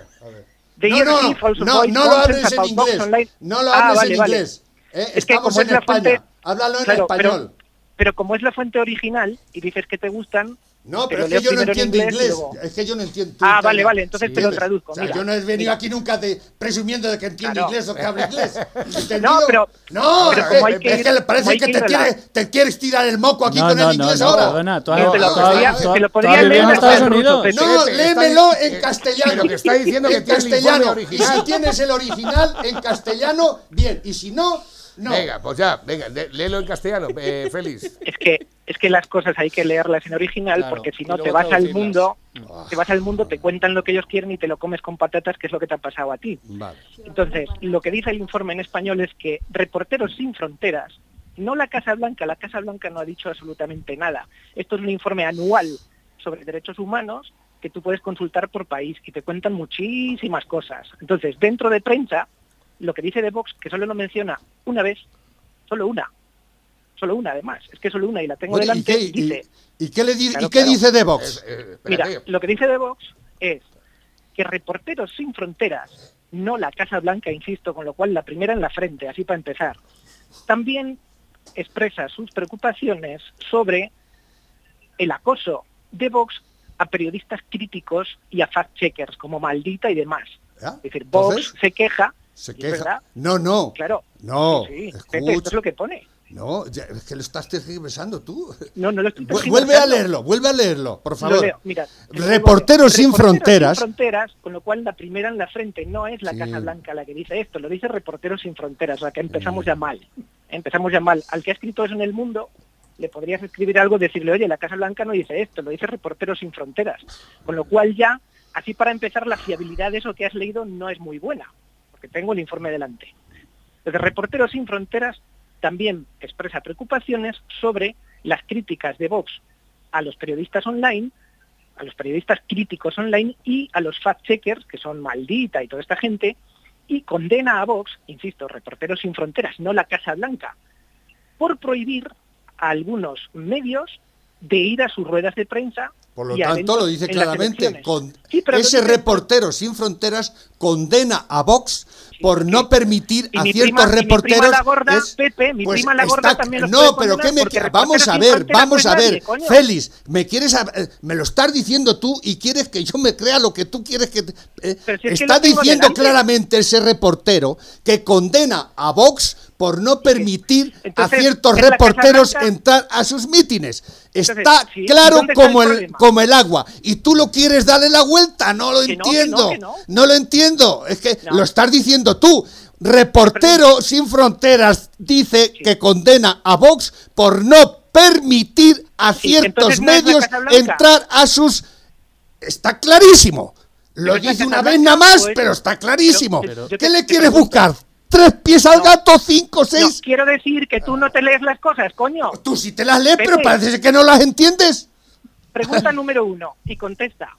Speaker 14: The
Speaker 15: No,
Speaker 14: ERC
Speaker 15: no,
Speaker 14: also
Speaker 15: no,
Speaker 14: voice
Speaker 15: no lo
Speaker 14: concerns
Speaker 15: hables en
Speaker 14: about Vox
Speaker 15: inglés.
Speaker 14: online.
Speaker 15: No lo
Speaker 14: Ah,
Speaker 15: hables
Speaker 14: vale,
Speaker 15: en
Speaker 14: vale.
Speaker 15: inglés. Eh,
Speaker 14: Es que
Speaker 15: estamos
Speaker 14: como
Speaker 15: en
Speaker 14: es la
Speaker 15: España.
Speaker 14: fuente-
Speaker 15: Háblalo en
Speaker 14: Claro, pero-
Speaker 15: español.
Speaker 14: Pero como es la fuente original y dices que te gustan.
Speaker 15: No,
Speaker 14: te
Speaker 15: pero
Speaker 14: lo
Speaker 15: es
Speaker 14: leo
Speaker 15: que yo no
Speaker 14: primero en
Speaker 15: entiendo inglés.
Speaker 14: y luego-
Speaker 15: Es que yo no entiendo.
Speaker 14: Ah,
Speaker 15: entiendes.
Speaker 14: vale, vale, entonces te lo
Speaker 15: ¿Entiendes?
Speaker 14: traduzco,
Speaker 15: O sea,
Speaker 14: mira,
Speaker 15: yo no he venido
Speaker 14: mira.
Speaker 15: aquí nunca de, presumiendo de que entiendo
Speaker 14: Claro.
Speaker 15: inglés o que hablo inglés. ¿Entendido?
Speaker 14: No, pero-
Speaker 15: No,
Speaker 14: pero
Speaker 15: es
Speaker 14: como
Speaker 15: que-
Speaker 14: hay que
Speaker 15: es
Speaker 14: ir-
Speaker 15: que le
Speaker 14: como
Speaker 15: parece
Speaker 14: hay
Speaker 15: que
Speaker 14: que
Speaker 15: te
Speaker 14: ir
Speaker 15: quieres,
Speaker 14: relajado.
Speaker 15: te quieres tirar el moco aquí
Speaker 2: No,
Speaker 15: con
Speaker 2: no,
Speaker 15: el
Speaker 2: no,
Speaker 15: inglés
Speaker 2: no,
Speaker 15: ahora.
Speaker 2: perdona, tú has- No, te lo tú has- podría- tú has-
Speaker 14: te lo podría tú has leer vivido en desde Estados el Estados Unidos. Unidos.
Speaker 15: No,
Speaker 14: Pepe, está-
Speaker 15: léemelo en
Speaker 14: eh,
Speaker 15: castellano.
Speaker 1: pero que está diciendo que
Speaker 15: en
Speaker 1: tiene el informe
Speaker 15: castellano. Y
Speaker 1: original.
Speaker 15: si tienes el original en castellano, bien. Y si no, no.
Speaker 1: Venga, pues ya, venga, de- léelo en castellano, eh, Félix.
Speaker 14: Es que, es que las cosas hay que leerlas en original
Speaker 1: Claro,
Speaker 14: porque si
Speaker 1: y
Speaker 14: no
Speaker 1: luego
Speaker 14: te vas al
Speaker 1: traducirlas.
Speaker 14: mundo, te vas al mundo, te cuentan lo que ellos quieren y te lo comes con patatas, que es lo que te ha pasado a ti. Entonces, lo que dice el informe en español es que Reporteros Sin Fronteras, no la Casa Blanca, la Casa Blanca no ha dicho absolutamente nada. Esto es un informe anual sobre derechos humanos que tú puedes consultar por país y te cuentan muchísimas cosas. Entonces, dentro de prensa, lo que dice de Vox, que solo lo menciona una vez, solo una, solo una además, es que solo una y la tengo
Speaker 15: Bueno, ¿y
Speaker 14: delante,
Speaker 15: qué- y-
Speaker 14: dice,
Speaker 15: ¿Y qué, le di-
Speaker 14: Claro,
Speaker 15: y qué
Speaker 14: claro.
Speaker 15: dice de Vox?
Speaker 1: eh,
Speaker 14: Mira, lo que dice de Vox es que Reporteros Sin Fronteras, no la Casa Blanca, insisto, con lo cual la primera en la frente, así para empezar, también expresa sus preocupaciones sobre el acoso de Vox a periodistas críticos y a fact-checkers, como Maldita y demás. Es decir, Vox
Speaker 15: Entonces,
Speaker 14: se queja,
Speaker 15: Se
Speaker 14: y es
Speaker 15: queja.
Speaker 14: verdad,
Speaker 15: No, no.
Speaker 14: claro,
Speaker 15: No.
Speaker 14: sí, Pepe, esto es
Speaker 15: Escucha.
Speaker 14: lo que pone.
Speaker 15: No, ya- es que lo estás tergiversando tú.
Speaker 14: No, no lo estoy
Speaker 15: Vu- Vuelve a
Speaker 14: tergiversando.
Speaker 15: leerlo, vuelve a leerlo, por
Speaker 14: Lo
Speaker 15: favor.
Speaker 14: leo, mira.
Speaker 15: Reporteros sin fronteras.
Speaker 14: Sin fronteras, con lo cual la primera en la frente no es la
Speaker 15: Sí.
Speaker 14: Casa Blanca la que dice esto, lo dice Reporteros sin fronteras, o sea que empezamos ya mal. Empezamos ya mal. Al que ha escrito eso en el mundo, le podrías escribir algo, decirle, oye, la Casa Blanca no dice esto, lo dice Reporteros sin fronteras. Con lo cual ya, así para empezar, la fiabilidad de eso que has leído no es muy buena, porque tengo el informe delante. Desde Reporteros sin Fronteras también expresa preocupaciones sobre las críticas de Vox a los periodistas online, a los periodistas críticos online y a los fact-checkers, que son maldita y toda esta gente, y condena a Vox, insisto, Reporteros sin Fronteras, no la Casa Blanca, por prohibir a algunos medios de ir a sus ruedas de prensa.
Speaker 15: Por lo
Speaker 14: y a
Speaker 15: tanto,
Speaker 14: eventos
Speaker 15: lo dice
Speaker 14: en las
Speaker 15: claramente.
Speaker 14: elecciones.
Speaker 15: con-
Speaker 14: Sí, pero lo
Speaker 15: ese
Speaker 14: dice-
Speaker 15: reportero sin fronteras condena a Vox por no permitir
Speaker 14: Y
Speaker 15: a
Speaker 14: mi
Speaker 15: ciertos
Speaker 14: prima- y mi prima
Speaker 15: reporteros.
Speaker 14: la gorda,
Speaker 15: es-
Speaker 14: Pepe, mi
Speaker 15: pues
Speaker 14: prima la gorda
Speaker 15: está-
Speaker 14: también los
Speaker 15: No,
Speaker 14: puede
Speaker 15: pero
Speaker 14: condenar
Speaker 15: ¿qué me
Speaker 14: porque
Speaker 15: qui- Vamos
Speaker 14: Reporteros
Speaker 15: a
Speaker 14: sin
Speaker 15: ver,
Speaker 14: Fronteras
Speaker 15: vamos
Speaker 14: no
Speaker 15: a
Speaker 14: es nadie,
Speaker 15: ver.
Speaker 14: coño.
Speaker 15: Félix, me quieres a- eh, me lo estás diciendo tú y quieres que yo me crea lo que tú quieres que. te- eh,
Speaker 14: Pero si es que
Speaker 15: está
Speaker 14: lo tengo
Speaker 15: diciendo
Speaker 14: delante.
Speaker 15: claramente ese reportero que condena a Vox
Speaker 4: por no permitir
Speaker 15: Entonces,
Speaker 4: a ciertos
Speaker 15: en la Casa
Speaker 4: reporteros
Speaker 15: Blanca-
Speaker 4: entrar a sus mítines. Está
Speaker 15: Entonces, sí,
Speaker 4: claro
Speaker 15: ¿dónde está
Speaker 4: como
Speaker 15: el
Speaker 4: el,
Speaker 15: problema?
Speaker 4: como el agua. Y tú lo quieres darle la vuelta. No lo
Speaker 15: Que no, que no,
Speaker 4: entiendo.
Speaker 15: que no.
Speaker 4: lo entiendo. Es que
Speaker 15: No.
Speaker 4: lo estás diciendo tú. Reportero sin fronteras dice que condena a Vox por no permitir a
Speaker 15: Sí, entonces
Speaker 4: ciertos
Speaker 15: no es la
Speaker 4: medios
Speaker 15: Casa Blanca.
Speaker 4: entrar a sus Está clarísimo. Lo dice una vez nada más,
Speaker 15: pues.
Speaker 4: pero está clarísimo.
Speaker 14: Yo- yo- yo
Speaker 4: ¿Qué
Speaker 14: te-
Speaker 4: le
Speaker 14: te
Speaker 4: quieres
Speaker 14: pregunto.
Speaker 4: buscar? ¿Tres pies al gato, cinco,
Speaker 14: No,
Speaker 4: seis?
Speaker 14: quiero decir que tú no te lees las cosas, coño.
Speaker 4: Tú sí te las lees, pero
Speaker 14: Pepe.
Speaker 4: parece que no las entiendes.
Speaker 14: Pregunta número uno y contesta.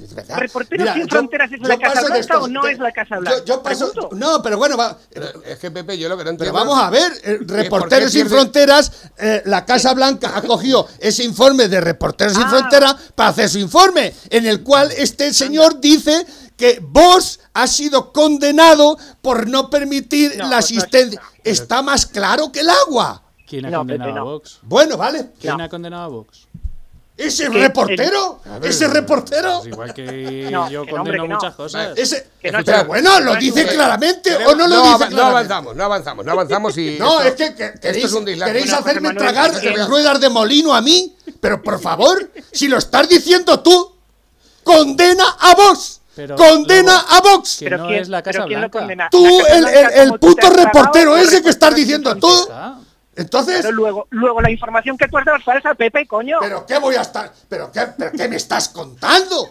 Speaker 4: Es verdad.
Speaker 14: ¿Reporteros
Speaker 4: Mira,
Speaker 14: sin
Speaker 4: yo-
Speaker 14: fronteras es
Speaker 4: yo
Speaker 14: la Casa
Speaker 4: paso de
Speaker 14: Blanca
Speaker 4: esto.
Speaker 14: o no
Speaker 4: Yo-
Speaker 14: es la Casa
Speaker 4: yo-
Speaker 14: Blanca?
Speaker 4: yo paso-
Speaker 14: Pregunto.
Speaker 4: No, pero bueno, va-
Speaker 1: Eh, Es que Pepe, yo lo que
Speaker 4: Pero
Speaker 1: no entiendo.
Speaker 4: vamos a ver, eh,
Speaker 1: ¿por qué
Speaker 4: Reporteros sin
Speaker 1: pierde-
Speaker 4: Fronteras, eh, la Casa Blanca ha cogido ese informe de Reporteros
Speaker 14: Ah.
Speaker 4: sin Fronteras para hacer su informe, en el cual este señor dice que vos ha sido condenado por no permitir la asistencia. Está más claro que el agua.
Speaker 2: ¿Quién ha
Speaker 4: No,
Speaker 2: condenado
Speaker 4: Pepe, no.
Speaker 2: a Vox?
Speaker 4: Bueno, vale.
Speaker 2: ¿Quién
Speaker 4: No.
Speaker 2: ha condenado a Vox?
Speaker 4: ¿Ese reportero?
Speaker 2: A ver,
Speaker 4: ¿Ese reportero?
Speaker 2: pues igual que
Speaker 4: No,
Speaker 2: yo
Speaker 4: que no,
Speaker 2: condeno
Speaker 4: hombre, que no.
Speaker 2: muchas cosas.
Speaker 4: Ese- Pero bueno, ¿lo dice claramente o no lo dice
Speaker 1: No
Speaker 4: claramente?
Speaker 1: avanzamos, no avanzamos, no avanzamos y.
Speaker 4: No,
Speaker 1: esto-
Speaker 4: es que, que- queréis,
Speaker 1: esto es un dislate.
Speaker 4: queréis
Speaker 1: Bueno,
Speaker 4: hacerme
Speaker 1: Manuel,
Speaker 4: tragar
Speaker 1: es que-
Speaker 4: ruedas de molino a mí, pero por favor, si lo estás diciendo tú, condena a Vox.
Speaker 2: Pero,
Speaker 4: condena
Speaker 2: Lobo,
Speaker 4: a Vox.
Speaker 2: que Pero no quién- es la Casa pero quién lo Blanca. condena?
Speaker 4: Tú,
Speaker 2: La Casa
Speaker 4: el,
Speaker 2: Blanca,
Speaker 4: el- el
Speaker 2: como tú te
Speaker 4: puto
Speaker 2: has tragado,
Speaker 4: reportero
Speaker 2: los
Speaker 4: ese que estás diciendo tú. Entonces.
Speaker 14: Pero luego, luego la información que tú has dado es falsa, Pepe, coño.
Speaker 4: ¿Pero qué voy a estar? ¿Pero qué, pero qué me estás contando?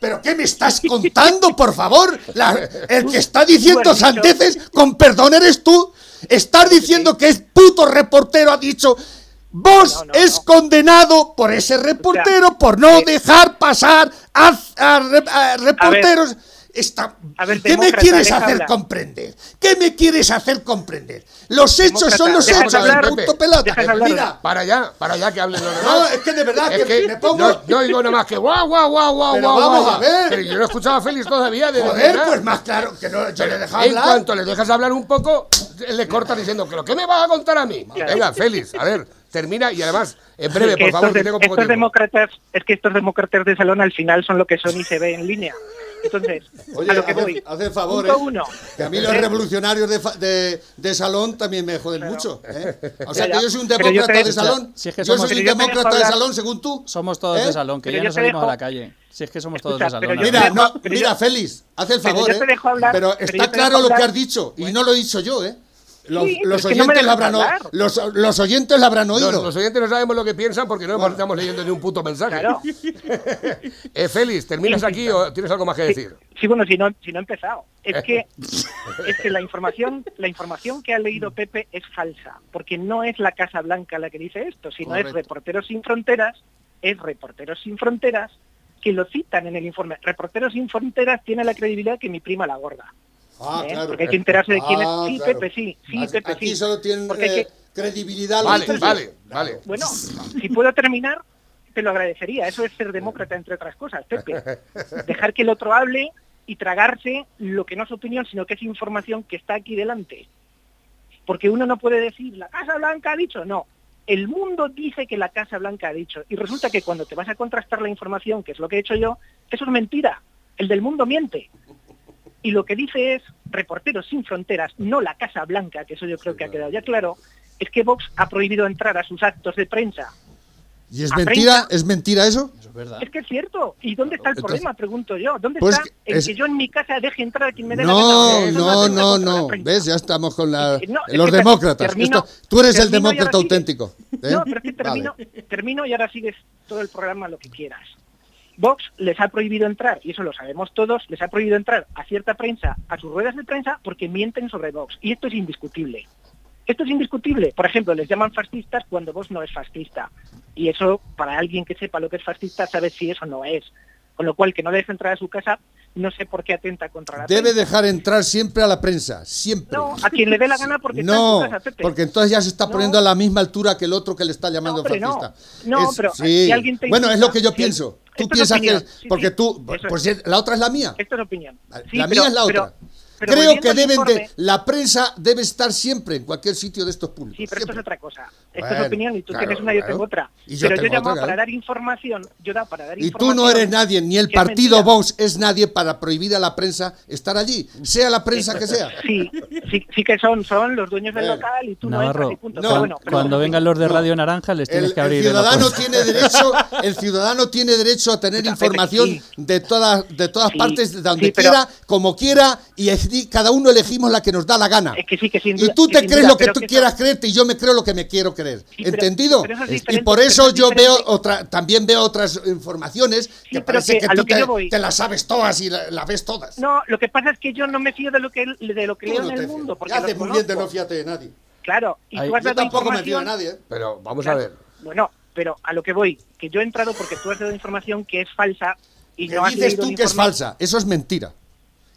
Speaker 4: ¿Pero qué me estás contando, por favor? La- el que está
Speaker 15: Tú
Speaker 4: diciendo
Speaker 15: has dicho-
Speaker 4: sandeces, con perdón eres tú. Estás diciendo que es puto reportero, ha dicho. Vos es condenado por ese reportero por no dejar pasar a, a re- a reporteros. Está, ¿Qué me
Speaker 15: demócrata,
Speaker 4: quieres
Speaker 15: deja
Speaker 4: hacer
Speaker 15: hablar.
Speaker 4: comprender? ¿Qué me quieres hacer comprender? Los hechos son
Speaker 1: Demócrata,
Speaker 4: los
Speaker 1: dejas
Speaker 4: hechos,
Speaker 1: hablar,
Speaker 4: el
Speaker 1: Pepe.
Speaker 4: punto pelota.
Speaker 1: Dejas hablar.
Speaker 4: Mira,
Speaker 1: Para allá, para allá que hablen los demás.
Speaker 4: No, es que de verdad
Speaker 1: Es
Speaker 4: que me pongo-
Speaker 1: No, yo digo nomás que guau, guau, guau, guau,
Speaker 4: Pero
Speaker 1: guau.
Speaker 4: vamos
Speaker 1: guau.
Speaker 4: a ver.
Speaker 1: Pero yo no he escuchado a Félix todavía. De
Speaker 4: Joder,
Speaker 1: verdad.
Speaker 4: pues más claro que no, yo le he dejado
Speaker 1: En
Speaker 4: hablar.
Speaker 1: cuanto le dejas hablar un poco, le cortas diciendo que lo que me vas a contar a mí. Venga, Félix, a ver, termina y además, en breve,
Speaker 14: Es que
Speaker 1: por favor,
Speaker 14: estos,
Speaker 1: que tengo poco
Speaker 14: estos
Speaker 1: tiempo.
Speaker 14: demócratas, es que estos demócratas de salón al final son lo que son y se ve en línea. Entonces,
Speaker 4: Oye,
Speaker 14: a lo que
Speaker 4: haced-
Speaker 14: voy.
Speaker 4: haced favor,
Speaker 14: Punto
Speaker 4: eh,
Speaker 14: uno.
Speaker 4: que a mí los
Speaker 14: Eh,
Speaker 4: revolucionarios de, fa- de, de salón también me joden mucho. ¿eh? O sea
Speaker 14: Ya, ya.
Speaker 4: que yo soy un
Speaker 14: Pero yo
Speaker 4: demócrata
Speaker 14: te-
Speaker 4: de salón.
Speaker 2: Si es que
Speaker 4: yo
Speaker 2: somos-
Speaker 4: soy un
Speaker 2: Pero yo te
Speaker 4: demócrata
Speaker 2: dejo
Speaker 4: de
Speaker 2: hablar.
Speaker 4: salón, según tú.
Speaker 2: Somos todos
Speaker 4: ¿eh?
Speaker 2: de salón, que
Speaker 4: Pero
Speaker 2: ya
Speaker 4: yo
Speaker 2: no
Speaker 4: te
Speaker 2: salimos
Speaker 4: dejo-
Speaker 2: a la calle. Si es que somos todos
Speaker 4: Escucha,
Speaker 2: de salón.
Speaker 4: pero yo
Speaker 2: ahora
Speaker 4: te
Speaker 2: mismo.
Speaker 4: dejo- pero Mira, yo- Félix, haz el
Speaker 2: pero
Speaker 4: favor,
Speaker 2: yo te
Speaker 4: ¿eh?
Speaker 2: dejo hablar,
Speaker 4: Pero
Speaker 2: pero yo
Speaker 4: está
Speaker 2: te
Speaker 4: claro
Speaker 2: dejo
Speaker 4: lo que
Speaker 2: hablar.
Speaker 4: has dicho y no lo he dicho yo, ¿eh? Los,
Speaker 1: Sí,
Speaker 4: los
Speaker 1: es que no me
Speaker 4: oyentes lo
Speaker 1: dejas
Speaker 4: habrán, o-
Speaker 1: hablar.
Speaker 4: los, los oyentes lo habrán oído.
Speaker 1: Los, los oyentes no sabemos lo que piensan porque no estamos leyendo ni un puto mensaje. eh, Félix, ¿terminas aquí o tienes algo más que decir?
Speaker 14: Sí, bueno, si no, si no he empezado. Es que, es que la información, la información que ha leído Pepe es falsa, porque no es la Casa Blanca la que dice esto, sino es
Speaker 16: Correcto.
Speaker 14: Reporteros Sin Fronteras, es Reporteros Sin Fronteras que lo citan en el informe. Reporteros Sin Fronteras tiene la credibilidad que mi prima la gorda.
Speaker 4: Ah,
Speaker 14: ¿eh?
Speaker 4: claro.
Speaker 14: Porque hay que enterarse de quién es.
Speaker 4: Ah,
Speaker 14: Sí,
Speaker 4: claro.
Speaker 14: Pepe, sí, sí,
Speaker 4: Aquí-
Speaker 14: Pepe,
Speaker 4: aquí
Speaker 14: sí.
Speaker 4: solo tienen
Speaker 14: Porque hay
Speaker 4: eh,
Speaker 14: que-
Speaker 4: credibilidad.
Speaker 1: Vale,
Speaker 4: los
Speaker 1: vale, vale.
Speaker 14: Bueno, si puedo terminar, te lo agradecería. Eso es ser demócrata, entre otras cosas, Pepe. dejar que el otro hable y tragarse lo que no es opinión, sino que es información que está aquí delante. Porque uno no puede decir, la Casa Blanca ha dicho, no. El mundo dice que la Casa Blanca ha dicho. Y resulta que cuando te vas a contrastar la información, que es lo que he hecho yo, eso es mentira. El del mundo miente. Y lo que dice es, Reporteros sin Fronteras, no la Casa Blanca, que eso yo creo que ha quedado ya claro, es que Vox ha prohibido entrar a sus actos de prensa.
Speaker 4: ¿Y es
Speaker 14: a
Speaker 4: mentira? ¿Es mentira eso?
Speaker 14: Es que es cierto. ¿Y dónde está el problema? Pregunto yo. ¿Dónde
Speaker 4: Pues
Speaker 14: está
Speaker 4: que
Speaker 14: el
Speaker 4: es-
Speaker 14: que yo en mi casa deje entrar a quien me dé la gana?
Speaker 4: No,
Speaker 14: Eso
Speaker 4: no,
Speaker 14: es una
Speaker 4: no,
Speaker 14: pregunta.
Speaker 4: no. ¿Ves? Ya estamos con la-
Speaker 14: Eh, No, es
Speaker 4: los
Speaker 14: que te-
Speaker 4: demócratas.
Speaker 14: termino-
Speaker 4: Esto- tú eres el
Speaker 14: termino y ahora
Speaker 4: demócrata
Speaker 14: sigue.
Speaker 4: auténtico. ¿eh?
Speaker 14: No, pero es que termino, termino y ahora sigues todo el programa lo que quieras. Vox les ha prohibido entrar, y eso lo sabemos todos, les ha prohibido entrar a cierta prensa, a sus ruedas de prensa, porque mienten sobre Vox. Y esto es indiscutible. Esto es indiscutible. Por ejemplo, les llaman fascistas cuando Vox no es fascista. Y eso, para alguien que sepa lo que es fascista, sabe si eso no es. Con lo cual, que no le deje entrar a su casa, no sé por qué atenta contra la
Speaker 4: Debe
Speaker 14: prensa.
Speaker 4: dejar entrar siempre a la prensa, siempre.
Speaker 14: No, a quien le dé la gana porque está en
Speaker 4: No,
Speaker 14: su casa, Pepe.
Speaker 4: porque entonces ya se está
Speaker 14: No.
Speaker 4: poniendo a la misma altura que el otro que le está
Speaker 14: No,
Speaker 4: llamando
Speaker 14: hombre, no.
Speaker 4: fascista.
Speaker 14: No, pero si alguien te
Speaker 4: bueno, es
Speaker 14: insulta,
Speaker 4: lo que yo
Speaker 14: si-
Speaker 4: pienso.
Speaker 14: Esto
Speaker 4: Tú
Speaker 14: es
Speaker 4: piensas que
Speaker 14: opinión.
Speaker 4: es-
Speaker 14: Sí,
Speaker 4: porque
Speaker 14: sí,
Speaker 4: tú
Speaker 14: eso
Speaker 4: pues
Speaker 14: es.
Speaker 4: la otra es la mía.
Speaker 14: Esto es opinión. Sí,
Speaker 4: la
Speaker 14: pero-
Speaker 4: mía es la
Speaker 14: pero-
Speaker 4: otra.
Speaker 14: Pero
Speaker 4: creo
Speaker 14: volviendo
Speaker 4: que
Speaker 14: al
Speaker 4: deben de.
Speaker 14: informe-
Speaker 4: La prensa debe estar siempre en cualquier sitio de estos públicos.
Speaker 14: Sí, pero esto es
Speaker 4: Pues siempre.
Speaker 14: otra cosa. Esto
Speaker 4: Bueno,
Speaker 14: es opinión y tú
Speaker 4: claro,
Speaker 14: tienes una y yo
Speaker 4: claro.
Speaker 14: tengo otra.
Speaker 4: Y yo
Speaker 14: pero yo
Speaker 4: tengo
Speaker 14: llamaba
Speaker 4: otra,
Speaker 14: para
Speaker 4: claro.
Speaker 14: dar información, yo daba para dar
Speaker 4: Y tú
Speaker 14: información.
Speaker 4: no eres nadie, ni el
Speaker 14: que es
Speaker 4: partido
Speaker 14: mentira.
Speaker 4: Vox es nadie para prohibir a la prensa estar allí, sea la prensa que sea.
Speaker 14: Sí, sí, sí que son, son los dueños del
Speaker 4: Bueno.
Speaker 14: local y tú
Speaker 2: Navarro,
Speaker 14: no entras y punto.
Speaker 2: cuan-
Speaker 14: Pero bueno, pero
Speaker 2: cuando vengan los de Radio Naranja les tienes
Speaker 4: El,
Speaker 2: que abrir
Speaker 4: el
Speaker 2: el
Speaker 4: ciudadano
Speaker 2: ojo.
Speaker 4: tiene derecho, el ciudadano tiene derecho a tener información de todas, de todas partes, de donde
Speaker 14: sí, pero-
Speaker 4: quiera, como quiera, y así cada uno elegimos la que nos da la gana.
Speaker 14: Es que sí, que sin
Speaker 4: Y
Speaker 14: duda-
Speaker 4: tú
Speaker 14: que
Speaker 4: te
Speaker 14: sin
Speaker 4: crees
Speaker 14: duda,
Speaker 4: lo que
Speaker 14: pero
Speaker 4: tú
Speaker 14: que eso-
Speaker 4: quieras creerte y yo me creo lo que me quiero creer.
Speaker 14: pero-
Speaker 4: ¿Entendido?
Speaker 14: pero eso es
Speaker 4: y
Speaker 14: diferente,
Speaker 4: por
Speaker 14: pero
Speaker 4: eso
Speaker 14: eso es
Speaker 4: yo veo
Speaker 14: diferente.
Speaker 4: otra, también veo otras informaciones que
Speaker 14: pero
Speaker 4: parece
Speaker 14: que
Speaker 4: que,
Speaker 14: a
Speaker 4: tú
Speaker 14: lo que
Speaker 4: te,
Speaker 14: yo voy-
Speaker 4: te las sabes todas y la- las ves todas.
Speaker 14: No, lo que pasa es que yo no me fío de lo que, de lo que
Speaker 4: Tú
Speaker 14: leo
Speaker 4: no
Speaker 14: en
Speaker 4: te
Speaker 14: el
Speaker 4: fías.
Speaker 14: mundo. Porque
Speaker 4: Haces
Speaker 14: los
Speaker 4: muy bien de no
Speaker 14: conozco.
Speaker 4: fiarte de nadie.
Speaker 14: Claro, y
Speaker 1: Ay,
Speaker 14: tú has
Speaker 1: yo
Speaker 14: dado
Speaker 4: tampoco me fío de
Speaker 14: información-
Speaker 4: nadie, ¿eh?
Speaker 1: Pero vamos
Speaker 14: Claro.
Speaker 1: a ver.
Speaker 14: Bueno, pero a lo que voy, que yo he entrado porque tú has dado información que es falsa y
Speaker 4: Que
Speaker 14: no has
Speaker 4: dices
Speaker 14: leído
Speaker 4: tú
Speaker 14: el
Speaker 4: que es
Speaker 14: informe.
Speaker 4: falsa. Eso es mentira.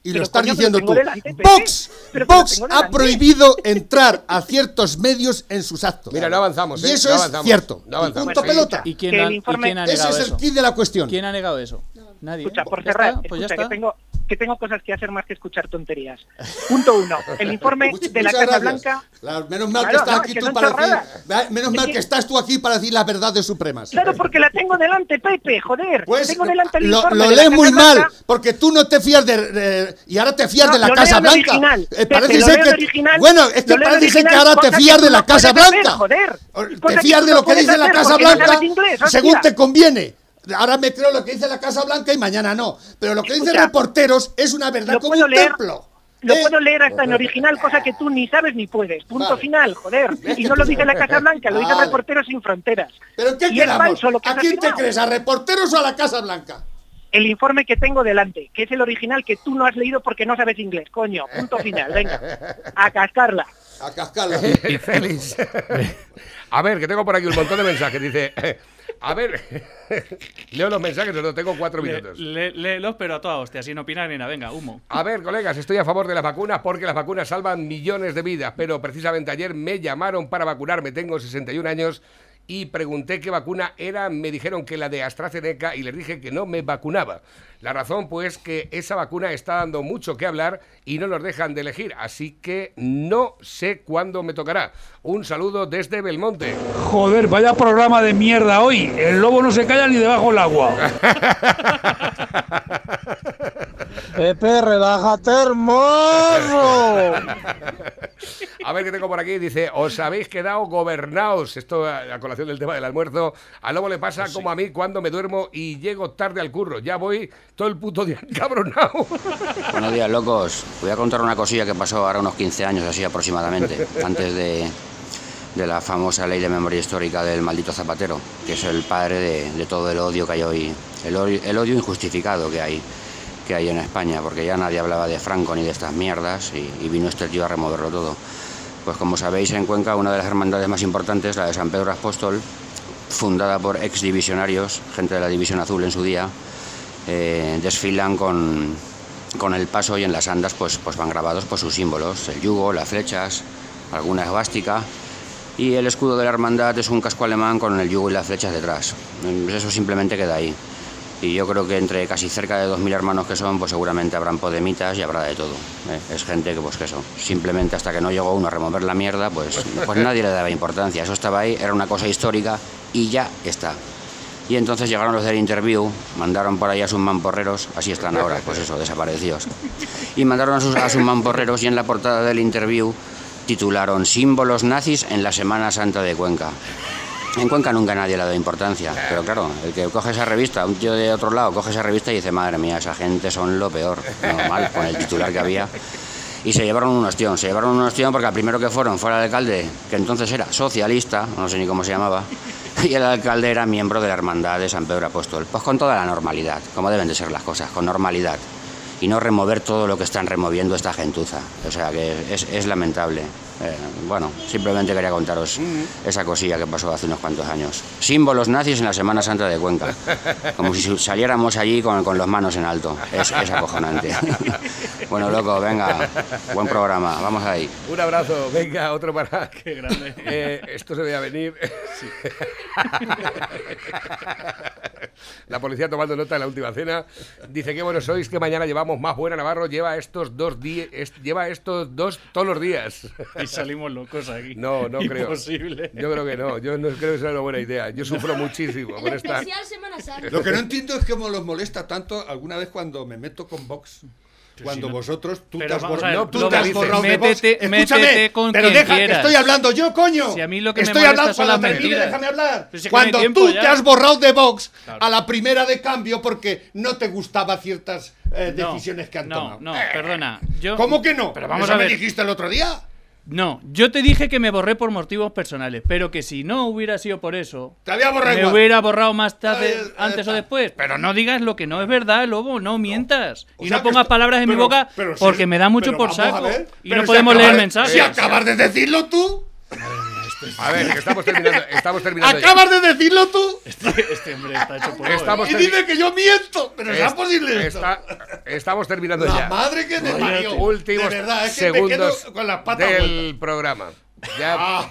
Speaker 4: Y
Speaker 14: Pero,
Speaker 4: lo estás
Speaker 14: coño, pero
Speaker 4: diciendo
Speaker 14: tengo
Speaker 4: tú.
Speaker 14: delante, Pepe.
Speaker 4: Vox,
Speaker 14: Pero que lo
Speaker 4: Vox
Speaker 14: tengo
Speaker 4: ha
Speaker 14: delante.
Speaker 4: prohibido entrar a ciertos medios en sus actos.
Speaker 1: Mira, no avanzamos.
Speaker 4: Y
Speaker 1: ¿eh?
Speaker 4: eso
Speaker 1: No
Speaker 4: es
Speaker 1: avanzamos.
Speaker 4: cierto.
Speaker 1: No avanzamos.
Speaker 4: Punto
Speaker 1: Sí.
Speaker 4: pelota.
Speaker 2: ¿Y quién,
Speaker 14: Que el
Speaker 2: ha, y
Speaker 14: informe-
Speaker 2: quién ha
Speaker 4: Ese
Speaker 2: negado
Speaker 4: es el
Speaker 2: eso?
Speaker 4: kit de la cuestión.
Speaker 2: ¿Quién ha negado eso? Nadie. ¿eh?
Speaker 14: Escucha, por
Speaker 2: Ya
Speaker 14: cerrar,
Speaker 2: está, pues ya
Speaker 14: escucha,
Speaker 2: está.
Speaker 14: que tengo, que tengo cosas que hacer más que escuchar tonterías. Punto uno, el informe
Speaker 4: Much-
Speaker 14: de la
Speaker 4: muchas
Speaker 14: Casa
Speaker 4: gracias.
Speaker 14: Blanca...
Speaker 4: Claro, menos mal que
Speaker 14: Claro,
Speaker 4: estás
Speaker 14: no,
Speaker 4: aquí
Speaker 14: es que
Speaker 4: tú
Speaker 14: son
Speaker 4: para decir,
Speaker 14: chorradas.
Speaker 4: va, menos
Speaker 14: Es
Speaker 4: mal
Speaker 14: que-
Speaker 4: que estás tú aquí para decir las verdades supremas.
Speaker 14: Claro, porque la tengo delante, Pepe, joder.
Speaker 4: Pues,
Speaker 14: tengo delante el
Speaker 4: lo,
Speaker 14: informe
Speaker 4: lo
Speaker 14: de la
Speaker 4: lees
Speaker 14: Casa
Speaker 4: muy mal,
Speaker 14: Blanca.
Speaker 4: porque tú no te fías de, de- y ahora te fías
Speaker 14: No,
Speaker 4: de la
Speaker 14: lo leo
Speaker 4: Casa
Speaker 14: en
Speaker 4: Blanca.
Speaker 14: original,
Speaker 4: Eh,
Speaker 14: Pepe,
Speaker 4: parece
Speaker 14: lo
Speaker 4: ser
Speaker 14: leo
Speaker 4: que
Speaker 14: en original,
Speaker 4: bueno, es que
Speaker 14: lo leo en
Speaker 4: parece ser que
Speaker 14: original,
Speaker 4: ahora te
Speaker 14: cosas
Speaker 4: fías
Speaker 14: que
Speaker 4: de
Speaker 14: tú
Speaker 4: la
Speaker 14: no
Speaker 4: Casa
Speaker 14: puedes hacer,
Speaker 4: Blanca.
Speaker 14: joder.
Speaker 4: O- te
Speaker 14: Cosas que
Speaker 4: fías
Speaker 14: tú
Speaker 4: de
Speaker 14: no
Speaker 4: lo que
Speaker 14: puedes
Speaker 4: dice la
Speaker 14: hacer
Speaker 4: Casa
Speaker 14: porque no
Speaker 4: Blanca
Speaker 14: sabes inglés, hostia.
Speaker 4: según te conviene. Ahora me creo lo que dice la Casa Blanca y mañana no. Pero lo que dicen
Speaker 14: Escucha,
Speaker 4: reporteros es una verdad
Speaker 14: lo
Speaker 4: como
Speaker 14: puedo
Speaker 4: un
Speaker 14: leer,
Speaker 4: templo.
Speaker 14: Lo
Speaker 4: ¿eh?
Speaker 14: puedo leer hasta en original, cosa que tú ni sabes ni puedes. Punto
Speaker 4: Vale.
Speaker 14: final, joder. Y no lo dice la Casa Blanca, lo dice
Speaker 4: Vale.
Speaker 14: Reporteros Sin Fronteras.
Speaker 4: ¿Pero en qué
Speaker 14: y es
Speaker 4: quedamos?
Speaker 14: falso lo que
Speaker 4: ¿A
Speaker 14: has
Speaker 4: quién te
Speaker 14: afirmado.
Speaker 4: crees? ¿A reporteros o a la Casa Blanca?
Speaker 14: El informe que tengo delante, que es el original que tú no has leído porque no sabes inglés, coño. Punto final, venga. A cascarla.
Speaker 4: A cascarla.
Speaker 1: Y Félix. A ver, que tengo por aquí un montón de mensajes. Dice, a ver, leo los mensajes, no tengo cuatro
Speaker 2: Le-
Speaker 1: minutos.
Speaker 2: le- Léelos, pero a toda hostia, sin opinar ni nada. Venga, humo.
Speaker 1: A ver, colegas, estoy a favor de las vacunas porque las vacunas salvan millones de vidas, pero precisamente ayer me llamaron para vacunarme, tengo 61 años y pregunté qué vacuna era, me dijeron que la de AstraZeneca y les dije que no me vacunaba. La razón pues que esa vacuna está dando mucho que hablar y no nos dejan de elegir, así que no sé cuándo me tocará. Un saludo desde Belmonte.
Speaker 17: Joder, vaya programa de mierda hoy. El lobo no se calla ni debajo del agua.
Speaker 18: Pepe, relájate, hermoso.
Speaker 1: A ver qué tengo por aquí. Dice, os habéis quedado gobernados. Esto a a colación del tema del almuerzo. A Lobo le pasa como a mí cuando me duermo y llego tarde al curro. Ya voy todo el puto día cabronado.
Speaker 19: Buenos días, locos. Voy a contar una cosilla que pasó ahora unos 15 años, así aproximadamente, antes de, de la famosa ley de memoria histórica del maldito Zapatero, que es el padre de, de todo el odio que hay hoy, el, ori- el odio injustificado que hay, que hay en España, porque ya nadie hablaba de Franco ni de estas mierdas y, y vino este tío a removerlo todo. Pues como sabéis, en Cuenca una de las hermandades más importantes, la de San Pedro Apóstol, fundada por exdivisionarios, gente de la División Azul en su día, eh, desfilan con, con el paso y en las andas pues, pues van grabados pues, sus símbolos, el yugo, las flechas, alguna esvástica. Y el escudo de la hermandad es un casco alemán con el yugo y las flechas detrás. Mm, Eso simplemente queda ahí. Y yo creo que entre casi cerca de 2.000 hermanos que son, pues seguramente habrán podemitas y habrá de todo. ¿eh? Es gente que, pues que eso, simplemente hasta que no llegó uno a remover la mierda, pues, pues nadie le daba importancia. Eso estaba ahí, era una cosa histórica y ya está. Y entonces llegaron los del interview, mandaron por ahí a sus mamporreros, así están ahora, pues eso, desaparecidos. Y mandaron a sus, a sus mamporreros y en la portada del interview titularon Símbolos nazis en la Semana Santa de Cuenca. En Cuenca nunca nadie le ha dado importancia, pero claro, el que coge esa revista, un tío de otro lado coge esa revista y dice, madre mía, esa gente son lo peor, normal, con el titular que había. Y se llevaron un ostión, se llevaron un ostión porque al primero que fueron fue al alcalde, que entonces era socialista, no sé ni cómo se llamaba, y el alcalde era miembro de la hermandad de San Pedro Apóstol. Pues con toda la normalidad, como deben de ser las cosas, con normalidad. Y no remover todo lo que están removiendo esta gentuza. O sea que es, es lamentable. Eh, bueno, simplemente quería contaros esa cosilla que pasó hace unos cuantos años. Símbolos nazis en la Semana Santa de Cuenca. Como si saliéramos allí con, con los manos en alto. Es, es acojonante. bueno, loco, venga. Buen programa. Vamos ahí.
Speaker 1: Un abrazo. Venga, otro para. eh, Qué
Speaker 2: grande.
Speaker 1: esto se veía venir. La policía tomando nota de la última cena. Dice que bueno sois que mañana llevamos más buena Navarro. Lleva estos dos días, lleva estos dos todos los días.
Speaker 2: Y salimos locos aquí.
Speaker 1: No, no creo.
Speaker 2: Imposible.
Speaker 1: Yo creo que no. Yo no creo que sea una buena idea. Yo sufro muchísimo
Speaker 3: El
Speaker 1: con esta.
Speaker 3: especial Semana Santa. eh,
Speaker 4: Lo que no entiendo es cómo los molesta tanto alguna vez cuando me meto con Vox. Cuando
Speaker 2: sí, no.
Speaker 4: vosotros, tú
Speaker 2: Pero
Speaker 4: te has
Speaker 2: vamos
Speaker 4: borra-
Speaker 2: a ver,
Speaker 4: no, tú
Speaker 2: lo
Speaker 4: te has
Speaker 2: dices.
Speaker 4: borrado de Vox.
Speaker 2: Métete-
Speaker 4: Escúchame,
Speaker 2: métete con
Speaker 4: pero
Speaker 2: quien
Speaker 4: deja, que
Speaker 2: quieras.
Speaker 4: estoy hablando yo, coño.
Speaker 2: Si a mí lo que me
Speaker 4: estoy
Speaker 2: molesta
Speaker 4: hablando,
Speaker 2: son las
Speaker 4: cuando termine,
Speaker 2: mentiras.
Speaker 4: déjame hablar.
Speaker 2: Pero si es que no hay
Speaker 4: cuando
Speaker 2: tiempo
Speaker 4: tú
Speaker 2: ya.
Speaker 4: te has borrado de Vox
Speaker 2: Claro.
Speaker 4: a la primera de cambio porque no te gustaban ciertas eh,
Speaker 2: No,
Speaker 4: decisiones que han
Speaker 2: No,
Speaker 4: tomado. Eh,
Speaker 2: no, perdona. Yo,
Speaker 4: ¿Cómo que no?
Speaker 2: Pero vamos
Speaker 4: Eso
Speaker 2: a
Speaker 4: me
Speaker 2: ver.
Speaker 4: dijiste el otro día.
Speaker 2: No, yo te dije que me borré por motivos personales, pero que si no hubiera sido por eso,
Speaker 4: Te había borrado
Speaker 2: me
Speaker 4: igual.
Speaker 2: hubiera borrado más tarde,
Speaker 4: Ahí es- ahí
Speaker 2: antes o
Speaker 4: está.
Speaker 2: después. Pero no digas lo que no es verdad, lobo, no mientas.
Speaker 4: O
Speaker 2: y
Speaker 4: sea
Speaker 2: no
Speaker 4: que
Speaker 2: pongas
Speaker 4: esto-
Speaker 2: palabras en mi
Speaker 4: pero-
Speaker 2: boca
Speaker 4: pero sí,
Speaker 2: porque me da mucho
Speaker 4: pero
Speaker 2: por
Speaker 4: vamos a
Speaker 2: saco
Speaker 4: ver,
Speaker 2: y
Speaker 4: pero
Speaker 2: no
Speaker 4: si
Speaker 2: podemos
Speaker 4: acabas
Speaker 2: leer
Speaker 4: de-
Speaker 2: mensajes.
Speaker 4: Si acabas de decirlo tú,
Speaker 1: A ver, que estamos terminando. Estamos terminando. ya.
Speaker 4: acabas de decirlo tú.
Speaker 2: Este hombre está hecho polvo, ¿eh?
Speaker 1: Estamos
Speaker 4: y
Speaker 1: termi-
Speaker 4: dime que yo miento. Pero
Speaker 1: Est-
Speaker 4: es posible esto.
Speaker 1: está- estamos terminando
Speaker 4: La
Speaker 1: ya.
Speaker 4: madre que me parió.
Speaker 1: Últimos
Speaker 4: de verdad, es que me
Speaker 1: segundos
Speaker 4: quedo con las patas
Speaker 1: del
Speaker 4: vueltas.
Speaker 1: programa. Ya.
Speaker 4: Ah.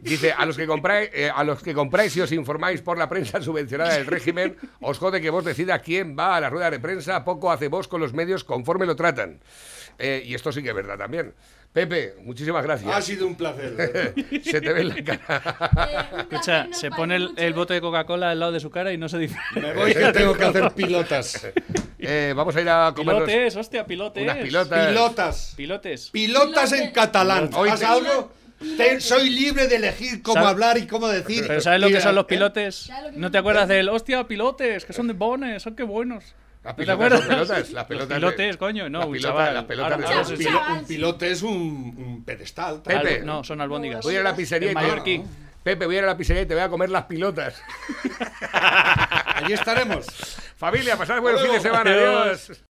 Speaker 1: Dice, a los que compráis, eh, a los que compráis y os informáis por la prensa subvencionada del régimen, os jode que vos decida quién va a la rueda de prensa, poco hace vos con los medios conforme lo tratan. Eh, y esto sí que es verdad también. Pepe, muchísimas gracias.
Speaker 4: Ha sido un placer.
Speaker 1: Se te ve en la cara.
Speaker 2: Escucha, se pone el, el bote de Coca-Cola al lado de su cara y no se dice.
Speaker 4: Me voy que tengo que hacer pilotas.
Speaker 1: Eh, vamos a ir a comernos
Speaker 2: Pilotes, hostia, pilotes.
Speaker 1: unas pilotas.
Speaker 4: Pilotas.
Speaker 2: Pilotes.
Speaker 4: Pilotas en catalán.
Speaker 1: Hoy
Speaker 4: ¿Has
Speaker 1: te-
Speaker 4: algo? Te- soy libre de elegir cómo
Speaker 2: ¿Sabes?
Speaker 4: hablar y cómo decir.
Speaker 2: Pero ¿sabes lo
Speaker 4: Y-
Speaker 2: que son los
Speaker 4: ¿eh?
Speaker 2: pilotes? ¿No te acuerdas del hostia, pilotes? Que son de bones, son que buenos. ¿No
Speaker 1: Las
Speaker 2: te
Speaker 1: pilotas
Speaker 2: acuerdas?
Speaker 1: son pelotas, las pelotas de-
Speaker 2: Los pilotes, coño, no,
Speaker 1: las
Speaker 2: un
Speaker 1: pilotas-
Speaker 2: chaval.
Speaker 1: las pelotas
Speaker 2: Ahora-
Speaker 1: de-
Speaker 2: ahora
Speaker 4: Un,
Speaker 2: sí.
Speaker 4: pilo- un pilote es un, un pedestal. tal.
Speaker 1: Pepe.
Speaker 2: No, son albóndigas.
Speaker 1: Voy a ir a la pizzería
Speaker 2: El
Speaker 1: y te-
Speaker 2: mallorquí.
Speaker 1: Pepe, voy a ir a la pizzería y te voy a comer las pilotas.
Speaker 4: Allí estaremos.
Speaker 1: Familia, pasad buen
Speaker 4: Hasta
Speaker 1: fin de
Speaker 4: luego.
Speaker 1: semana. Adiós.